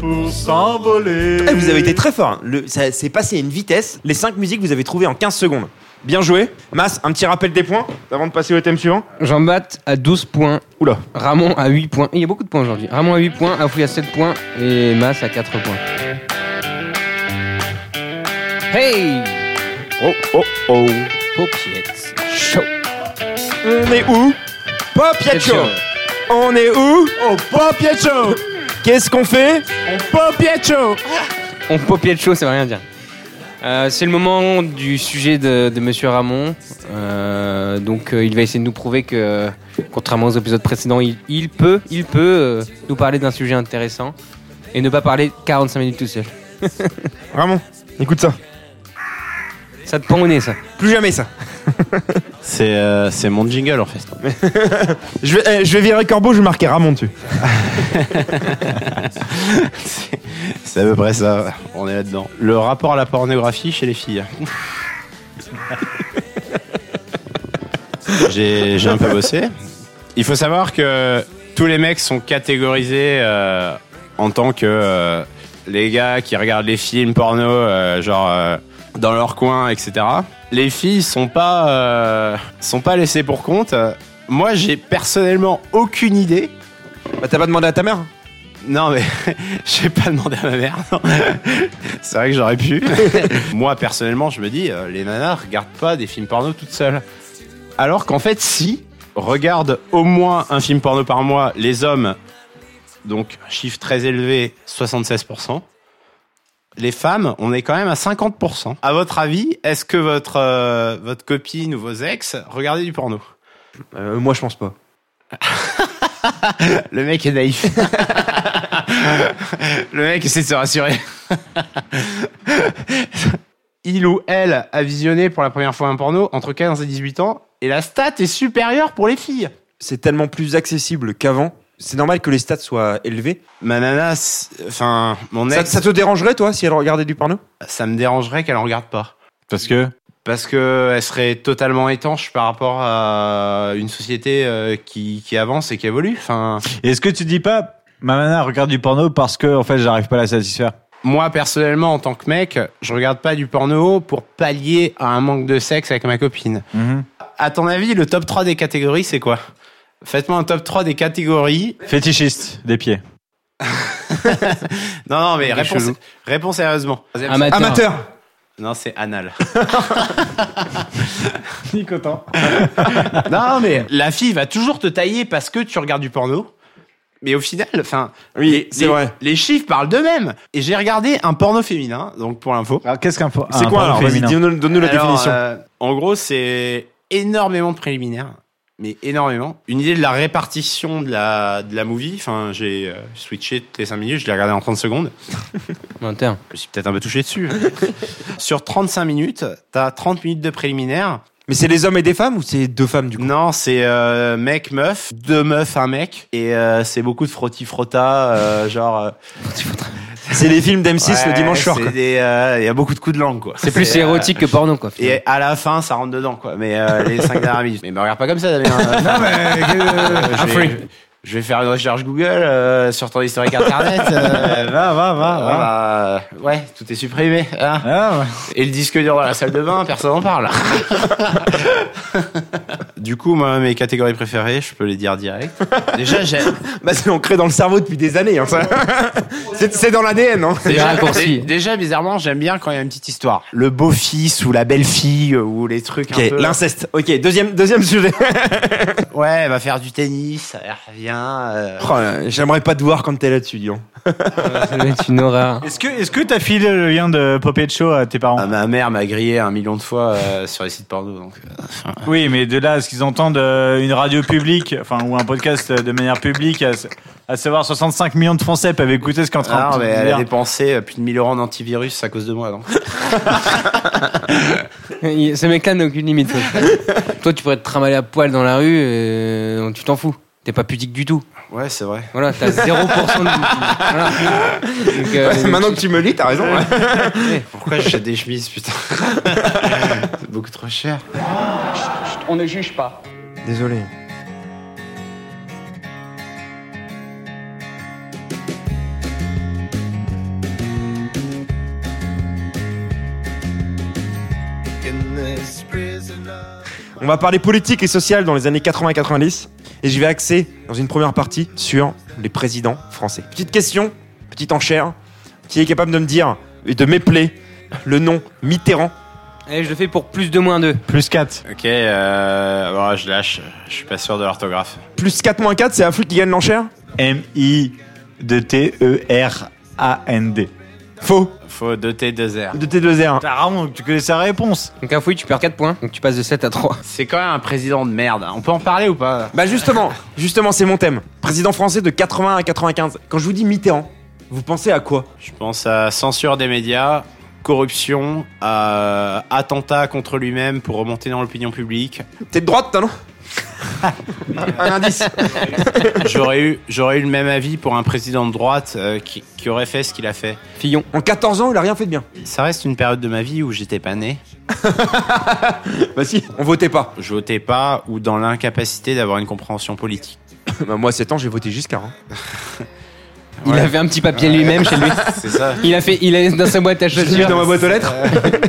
pour s'envoler
Eh, vous avez été très fort. hein. Le- ça s'est passé à une vitesse. Les 5 musiques, vous avez trouvé en 15 secondes. Bien joué. Mas, un petit rappel des points avant de passer au thème suivant.
Jean Bat à 12 points.
Oula.
Ramon à 8 points. Il y a beaucoup de points aujourd'hui. Ramon à 8 points, Afoui à 7 points et Mas à 4 points. Hey
Oh, oh, oh.
Paupiette Show
On est où Pop Yacho.
Show.
On est où
Au Popiacho
Qu'est-ce qu'on fait
Au Popiacho
On Paupiette Show, ça veut rien dire. Euh, c'est le moment du sujet de, de Monsieur Ramon. Euh, donc euh, il va essayer de nous prouver que, contrairement aux épisodes précédents, il, il peut, il peut euh, nous parler d'un sujet intéressant et ne pas parler 45 minutes tout seul.
Ramon, écoute ça.
Ça te prend au nez, ça.
Plus jamais ça.
C'est euh, c'est mon jingle en fait.
Je vais, eh, je vais virer Corbeau, je vais marquer Ramon dessus.
C'est à peu près ça. On est là-dedans. Le rapport à la pornographie chez les filles. J'ai j'ai un peu bossé. Il faut savoir que tous les mecs sont catégorisés euh, en tant que euh, les gars qui regardent les films porno, euh, genre euh, dans leur coin, etc. Les filles sont pas euh, sont pas laissées pour compte. Moi, j'ai personnellement aucune idée
Bah, t'as pas demandé à ta mère
non mais (laughs) j'ai pas demandé à ma mère. non. (laughs) C'est vrai que j'aurais pu. Moi personnellement, je me dis euh, les nanas regardent pas des films porno toutes seules. Alors qu'en fait si, regardent au moins un film porno par mois les hommes. Donc chiffre très élevé, 76 les femmes, on est quand même à 50%. À votre avis, est-ce que votre, euh, votre copine ou vos ex regardaient du porno
Euh, Moi, je pense pas.
Le mec est naïf. (laughs) Le mec essaie de se rassurer. (laughs) Il ou elle a visionné pour la première fois un porno entre 15 et 18 ans et la stat est supérieure pour les filles.
C'est tellement plus accessible qu'avant. C'est normal que les stats soient élevés.
Ma nana, c'est- enfin, mon
Ça,
ex, ça,
ça te dérangerait, toi, si elle regardait du porno
me dérangerait qu'elle en regarde pas.
Parce que
Parce que elle serait totalement étanche par rapport à une société euh, qui, qui avance et qui évolue. Enfin,
Et Est-ce que tu dis pas, ma nana regarde du porno parce que en fait j'arrive pas à la satisfaire
Moi, personnellement, en tant que mec, je regarde pas du porno pour pallier à un manque de sexe avec ma copine.
Mm-hmm.
À ton avis, le top 3 des catégories, c'est quoi Faites-moi un top 3 des catégories.
Fétichiste des pieds.
(laughs) Non, non, mais
est
réponds,
chelou.
réponds sérieusement.
Amateur.
Amateur
Non, c'est anal. Nicotin. (laughs) non, mais la fille va toujours te tailler parce que tu regardes du porno. Mais au final, enfin,
Oui,
les-
c'est
les-
vrai.
Les chiffres parlent d'eux-mêmes. Et j'ai regardé un porno féminin, donc pour l'info.
Alors qu'est-ce qu'un
C'est quoi alors Vas-y, donne-nous donne-nous la
Alors,
définition.
euh, en gros, c'est énormément de préliminaires, mais énormément. Une idée de la répartition de la, de la movie. Enfin, j'ai euh, switché toutes les 5 minutes, je l'ai regardé en 30 secondes.
Amateur.
hein.
(laughs)
Je me suis peut-être un peu touché dessus. Sur 35 minutes, t'as 30 minutes de préliminaires.
Mais c'est des hommes et des femmes ou c'est deux femmes du coup
Non, c'est euh, mec, meuf, deux meufs, un mec. Et euh, c'est beaucoup de frotti-frotta, euh, genre. euh,
C'est les films d'M6 le
ouais,
dimanche soir.
c'est
quoi.
des, euh, Il y a beaucoup de coups de langue, quoi.
C'est plus
euh,
érotique que porno, quoi. finalement.
Et à la fin, ça rentre dedans, quoi. Mais euh, les cinq dernières minutes. Mais me regarde pas comme ça, (laughs) Damien.
Non, mais.
Euh, je, vais, je vais faire une recherche Google euh, sur ton historique internet. euh, (laughs)
va, va, va.
voilà. Ah, ouais, tout est supprimé. hein.
Ah, ouais.
Et le disque dur dans la salle de bain, personne n'en parle. (laughs) du coup, moi, mes catégories préférées, je peux les dire direct. Déjà, (laughs) j'aime.
Bah, c'est ancré dans le cerveau depuis des années. Hein, ça. c'est, c'est dans l'ADN. Hein.
des
Déjà,
raccourcis.
(laughs)
dé- déjà, bizarrement, j'aime bien quand il y a une petite histoire. Le beau-fils ou la belle-fille euh, ou les trucs
Ok,
un peu.
l'inceste. Ok, deuxième, deuxième sujet.
Ouais, elle va faire du tennis, elle revient. euh,
(laughs) Oh là, j'aimerais pas te voir quand t'es là-dessus, dis donc.
Ça doit être une horreur.
Est-ce que est-ce que t'as filé le lien de Popé de Show à tes parents
Ah, ma mère m'a grillé un million de fois euh, sur les sites porno. Donc, euh,
Oui, mais de là à ce qu'ils entendent euh, une radio publique, enfin ou un podcast euh, de manière publique, à, s- à savoir 65 millions de Français peuvent écouter ce qu'en train
Ah,
non,
de
Ah, mais elle a
dire.
dépensé euh, plus de 1000 euros en antivirus à cause de moi. Donc.
Il- Ce mec-là n'a aucune limite. quoi. Toi, tu pourrais te trimballer à poil dans la rue, euh, tu t'en fous. T'es pas pudique du tout.
Ouais, c'est vrai.
Voilà, t'as 0% de. Voilà. Donc,
(laughs)
euh,
Maintenant que tu me lis, t'as raison.
(laughs)
ouais.
Eh, Pourquoi j'achète des
(laughs)
chemises, putain C'est beaucoup trop cher.
Désolé. On va parler politique et sociale dans les années 80-90 et je vais axer dans une première partie sur les présidents français. Petite question, petite enchère, qui est capable de me dire et de m'épeler le nom Mitterrand
Allez, je le fais pour plus de moins 2.
Plus 4.
Ok, euh, bon, je lâche. Je suis pas sûr de l'orthographe.
plus 4 moins 4, c'est un flux qui gagne l'enchère
M I D T E R A N D.
Faux.
Faut 2T, 2R.
De T2R.
T'as rarement que tu connais sa réponse.
Donc, un fouille, tu perds 4 points. Donc, tu passes de 7 à 3.
C'est quand même un président de merde. hein. On peut en parler ou pas
Bah justement, justement c'est mon thème. Président français de 80 à 95. Quand je vous dis Mitterrand, vous pensez à quoi
Je pense à censure des médias, corruption, à attentat contre lui-même pour remonter dans l'opinion publique.
T'es de droite, toi, non Un indice.
J'aurais eu, j'aurais eu le même avis pour un président de droite euh, qui, qui aurait fait ce qu'il a fait.
Fillon.
En 14 ans, il a rien fait de bien.
Ça reste une période de ma vie où j'étais pas né.
Bah si, on votait pas.
Je votais pas ou dans l'incapacité d'avoir une compréhension politique.
Bah moi, 7 ans, j'ai voté Giscard. hein.
Il avait un petit papier lui-même chez lui.
C'est ça.
Il a fait, il a dans sa boîte à
Je l'ai mis
chaussures. Euh,
dans ma boîte aux lettres.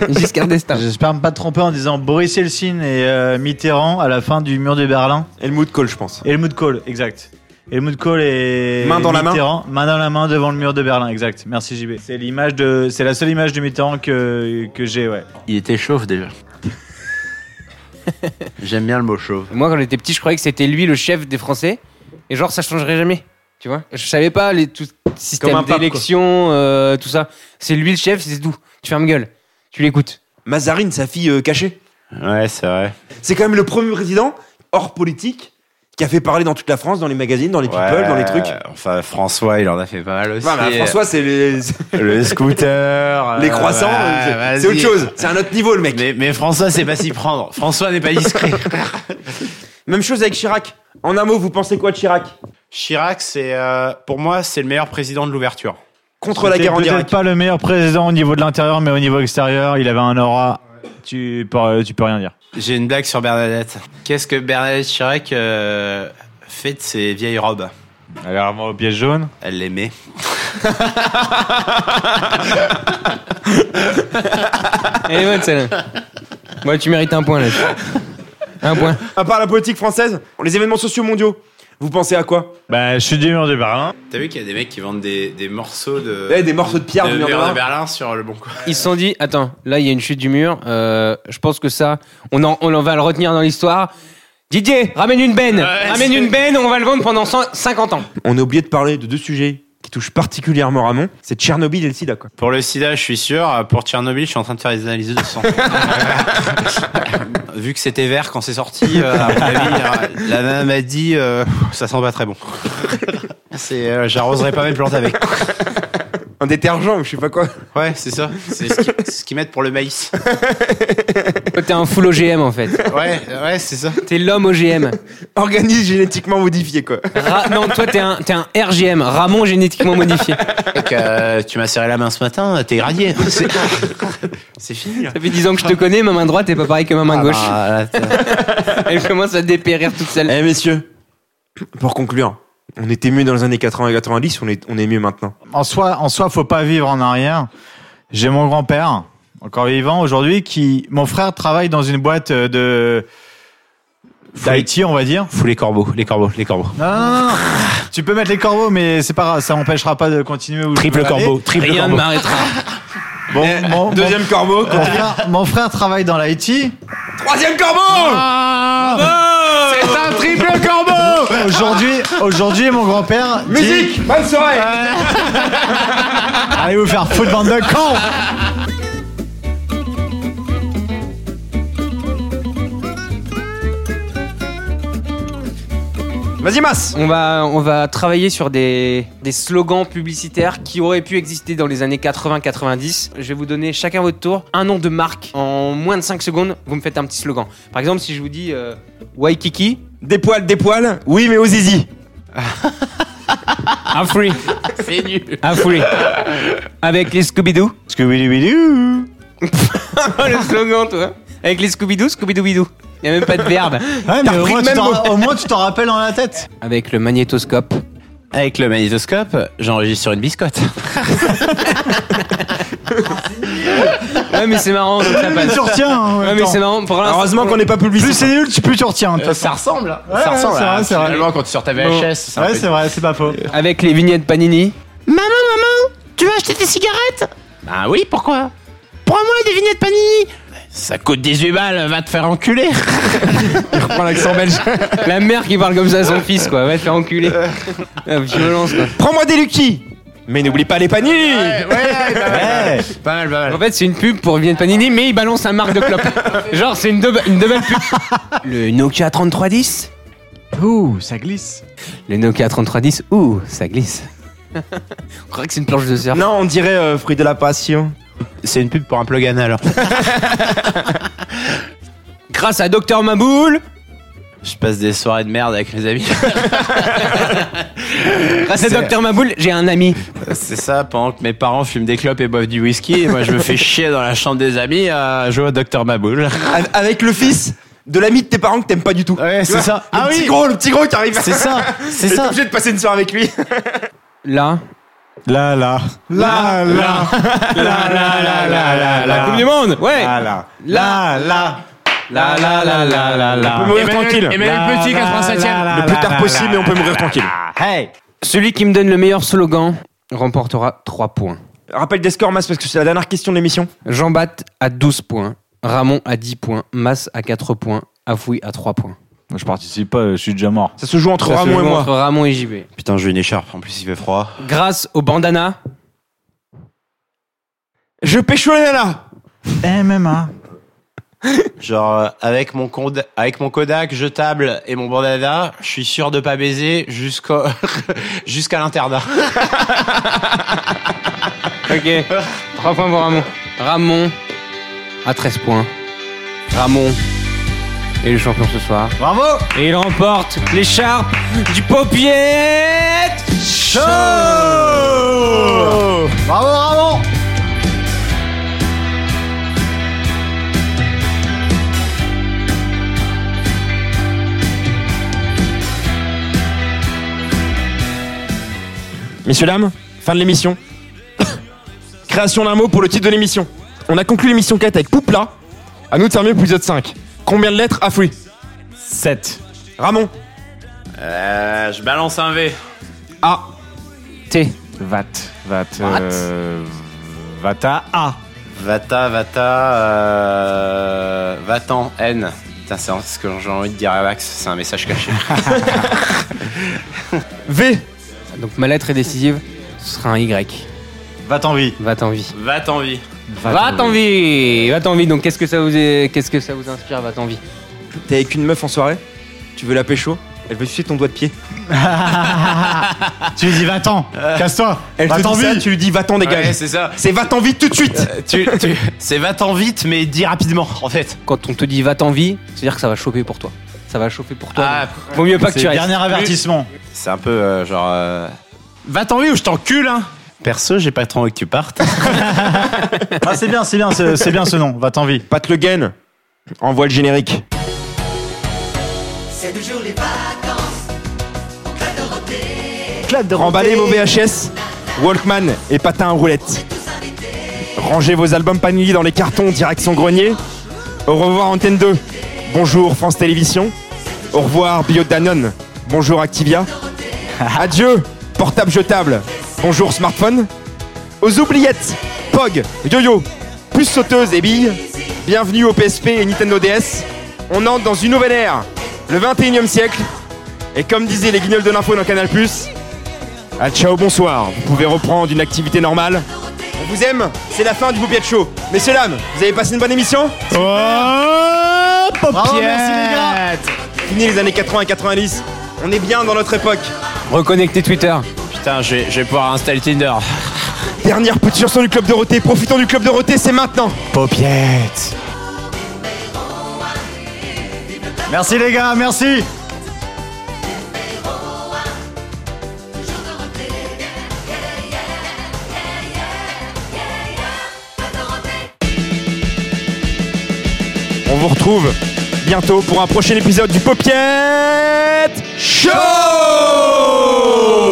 Giscard d'Estaing.
J'espère me pas te tromper en disant Boris Yeltsin et euh, Mitterrand à la fin du mur de Berlin.
Helmut Kohl, je pense.
Helmut Kohl, exact. Helmut Kohl et
Main dans la main.
Mitterrand, main dans la main devant le mur de Berlin, exact. Merci JB. C'est l'image de, c'est la seule image de Mitterrand que que j'ai, ouais.
Il était chauve déjà. J'aime bien le mot chauve.
Moi, quand j'étais petit, je croyais que c'était lui le chef des Français. Et genre, ça changerait jamais. Tu vois Je savais pas les, tout
Comme un
système
pape, quoi.
d'élection, euh, tout ça. C'est lui le chef, c'est tout. Tu fermes gueule. Tu l'écoutes.
Mazarine, sa fille euh, cachée.
Ouais, c'est vrai.
C'est quand même le premier président, hors politique, qui a fait parler dans toute la France, dans les magazines, dans les people,
Ouais,
dans les trucs.
Enfin, François, il en a fait pas mal aussi.
Ouais, mais François, c'est les,
le scooter. euh,
les croissants.
ouais,
euh, c'est- c'est
vas-y.
autre chose. C'est un autre niveau, le mec.
Mais, mais François, c'est pas s'y prendre. François n'est pas discret.
Même chose avec Chirac. En un mot, vous pensez quoi de Chirac
Chirac, c'est euh, pour moi, c'est le meilleur président de l'ouverture.
Contre la
C'était
guerre en
peut-être
Irak.
pas le meilleur président au niveau de l'intérieur, mais au niveau extérieur, il avait un aura. Tu peux, tu peux rien dire.
J'ai une blague sur Bernadette. Qu'est-ce que Bernadette Chirac euh, fait de ses vieilles robes
Elle est vraiment au piège jaune.
Elle les met.
Elle est bonne, celle-là. Moi, tu mérites un point, là. Un point.
À part la politique française, les événements sociaux mondiaux, vous pensez à quoi
Bah, je suis du mur de Berlin.
T'as vu qu'il y a des mecs qui vendent des, des morceaux de,
Eh, Des morceaux de pierre
de
du mur de
mur de
Berlin.
Berlin sur le bon coin.
Ils se sont dit, attends, là, il y a une chute du mur. euh, je pense que ça, on en, on en va le retenir dans l'histoire. Didier, ramène une benne.
Ouais,
ramène
c'est-
une benne, on va le vendre pendant 100 50 ans.
On a oublié de parler de deux sujets qui touchent particulièrement Ramon, c'est Tchernobyl et le sida. Quoi.
Pour le sida, je suis sûr. euh, Pour Tchernobyl, je suis en train de faire des analyses de sang. Vu que c'était vert quand c'est sorti, euh, à mon avis, euh, la maman m'a dit euh, ça sent pas très bon. C'est, euh, j'arroserai pas mes plantes avec.
un détergent ou je sais pas quoi. (laughs)
Ouais, c'est ça. C'est ce qui- c'est ce qu'ils mettent pour le maïs.
T'es un full OGM en fait.
(laughs) Ouais, ouais, c'est ça.
T'es l'homme OGM.
Organisme génétiquement modifié, quoi.
Ra- non, toi t'es un, t'es un RGM, Ramon génétiquement modifié.
Mec, euh, tu m'as serré la main ce matin, t'es radié. (laughs) C'est- C'est fini. hein. là.
Ça fait 10 ans que je te connais, ma main droite est pas pareille que ma main
Ah,
gauche.
bah, là, t'es-
Elle commence à dépérir toute seule.
Eh messieurs, pour conclure, on était mieux dans les années 80 et 90, on est, on est mieux maintenant.
En soi, en soi, faut pas vivre en arrière. J'ai mon grand-père, encore vivant aujourd'hui, qui, mon frère travaille dans une boîte euh, de d'IT, on va dire.
Fous les corbeaux, les corbeaux, les corbeaux.
Non, non, non, non. Tu peux mettre les corbeaux, mais c'est pas grave, ça m'empêchera pas de continuer. Où je
Triple
veux aller.
corbeau, triple
Rien ne
corbeau.
m'arrêtera.
Bon, mon, mon-
Oh, Deuxième corbeau,
mon frère, mon frère travaille dans l'IT.
troisième corbeau
C'est un triple corbeau
Aujourd'hui, aujourd'hui, mon grand-père. dit-
Musique Bonne soirée
Allez vous faire foutre bande de cons
Vas-y, masse
On va, on va travailler sur des, des slogans publicitaires qui auraient pu exister dans les années 80-90. Je vais vous donner chacun votre tour un nom de marque. En moins de 5 secondes, vous me faites un petit slogan. Par exemple, si je vous dis euh, Waikiki,
Des poils, des poils, oui, mais aux zizi.
(laughs) un free.
C'est nul.
Un free. Avec les Scooby-Doo.
Scooby-Doo
Oh,
le slogan, toi. Avec les Scooby-Doo, Scooby-Doo-Bidoo. Il a même pas de verbe.
Ouais, mais au
repris
moins,
le
tu
même
t'en- au moins, tu t'en rappelles dans la tête.
Avec le magnétoscope.
Avec le magnétoscope, j'enregistre sur une biscotte.
Ouais, mais c'est
(laughs)
marrant, donc ça
Mais
passe.
tu retiens. hein, en
(laughs) Ouais,
même
mais
temps.
c'est marrant. Pour l'instant,
Heureusement qu'on n'est pas publicité.
Plus c'est nul, tu- plus tu retiens. de toute façon.
ressemble.
Ouais,
ça ressemble.
c'est
à-
vrai, c'est vrai.
finalement, quand tu sors ta VHS. c'est un
Ouais,
peu-
c'est vrai, c'est pas faux.
Avec les vignettes Panini.
Maman, maman, tu veux acheter des cigarettes
Bah oui, pourquoi
Prends-moi des vignettes Panini
Ça coûte 18 balles, va te faire enculer.
Prends l'accent belge.
La mère qui parle comme ça à son fils, quoi. Va te faire enculer. La violence, quoi.
Prends-moi des Lucky Mais n'oublie pas les paniers
Ouais.
Pas mal, pas
En fait, c'est une pub pour Vignette Panini, mais il balance un marque de clope. Genre, c'est une, deux- une double pub. Le Nokia 3310
Ouh, ça glisse.
Le Nokia 3310, ouh, ça glisse. On croit que c'est une planche de surf.
Non, on dirait euh, fruit de la passion.
C'est une pub pour un plug alors.
Grâce à Docteur Maboule,
Je passe des soirées de merde avec mes amis.
grâce à
C'est-
Docteur Maboule, j'ai un ami.
C'est ça, pendant que mes parents fument des clopes et boivent du whisky, et moi je me
(laughs)
fais chier dans la chambre des amis à jouer au Docteur Maboule.
Av- Avec le fils de l'ami de tes parents que t'aimes pas du tout.
Ouais,
Tu vois,
c'est ça.
Le petit gros, le petit gros qui arrive.
C'est ça, c'est
T'es
ça.
obligé de passer une soirée avec lui.
Là,
Là, là. Là, là. Là, là, là, là, là,
la Coupe du Monde, ouais.
Là, là. Là, là.
Là, là, là, là, là, là.
On peut mourir tranquille.
Emmanuel Petit, 87e.
Le plus tard possible et on peut mourir tranquille.
Hey.
Celui qui me donne le meilleur slogan remportera 3 points.
Rappel des scores, Mas, parce que c'est la dernière question de l'émission.
Jean Bat à 12 points, Ramon à 10 points, Mas à 4 points, Afoui à 3 points.
Je participe pas, je suis déjà mort.
Ça se joue entre
Ça se
Ramon et
joue
moi.
entre Ramon et JB.
Putain, j'ai une écharpe, en plus il fait froid.
Grâce au bandana,
Je pécho les nanas.
MMA.
Genre, euh, avec mon, cond- avec mon Kodak jetable et mon bandana, je suis sûr de pas baiser jusqu'au- (laughs) jusqu'à l'internat.
Ok, 3 points pour Ramon. Ramon à 13 points. Ramon est le champion ce soir.
Bravo.
Et il remporte l'écharpe du paupiette
Bravo, Ramon.
Messieurs, dames, fin de l'émission. (coughs) Création d'un mot pour le titre de l'émission. On a conclu l'émission 4 avec Poupla. À nous de faire mieux pour l'épisode 5. Combien de lettres à
7.
Ramon,
Euh, je balance un V.
T.
Vat. Vat. euh, Vata A.
Vata, Vata, euh... Vatan, N. Putain, c'est c'est ce que j'ai envie de dire à Max, c'est un message caché.
V,
Donc ma lettre est décisive, ce sera un Y.
Va t'en vie.
Va t'en vie.
Va t'en vie.
Va t'en vie Va t'en vie, donc qu'est-ce que ça vous est... qu'est-ce que ça vous inspire, va t'en vie
t'es avec une meuf en soirée Tu veux la pécho Elle veut sucer ton doigt de pied.
tu lui dis va-t'en, casse-toi.
Elle te
Va-t'en
dit ça,
vite.
tu lui dis va-t'en, dégage.
Ouais, c'est ça.
C'est va-t'en vite tout de suite.
Tu, tu- c'est va-t'en vite, mais dis rapidement, en fait.
Quand on te dit va t'en vie, c'est-à-dire que ça va choper pour toi. Ça va choper pour toi.
Ah,
donc Vaut mieux pas que
C'est
tu
le
restes.
dernier avertissement.
C'est un peu euh, genre. euh, Va-t'en vite ou je t'encule, hein Perso, j'ai pas trop envie que tu partes.
Ah, c'est bien, c'est bien, c'est c'est bien ce nom. Va t'en vie.
Pat Le Guen, envoie le générique.
C'est toujours les vacances. On claque de roté.
Emballez vos VHS, Walkman et patins à roulette. Rangez vos albums Panini dans les cartons direction grenier. Au revoir Antenne 2. Bonjour France Télévisions. Au revoir Bio Danone. Bonjour Activia. Adieu portable jetable. Bonjour smartphone. Aux oubliettes, POG, yo-yo, puce sauteuse et billes. Bienvenue au PSP et Nintendo DS. On entre dans une nouvelle ère, le 21e siècle. Et comme disaient les guignols de l'info dans Canal+, ah, ciao, bonsoir. Vous pouvez reprendre une activité normale. On vous aime, c'est la fin du Poupée de Show. Messieurs, dames, vous avez passé une bonne émission
Bravo, merci les gars.
Fini les années 80 et 90. On est bien dans notre époque.
Reconnecter Twitter.
Putain, je vais, je vais pouvoir installer Tinder.
Dernière petite chanson du Club Dorothée. Profitons du Club Dorothée, c'est maintenant.
Paupiette. Merci les gars, merci.
On vous retrouve bientôt pour un prochain épisode du Popiette Show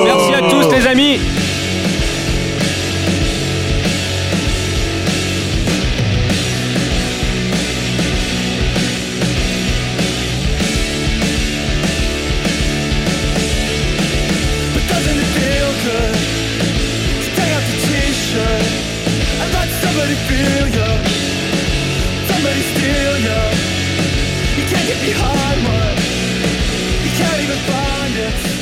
Merci à tous les amis.
But doesn't it feel good to take off the t-shirt and let somebody feel you? Somebody steal you. You can't get behind one. You can't even find it.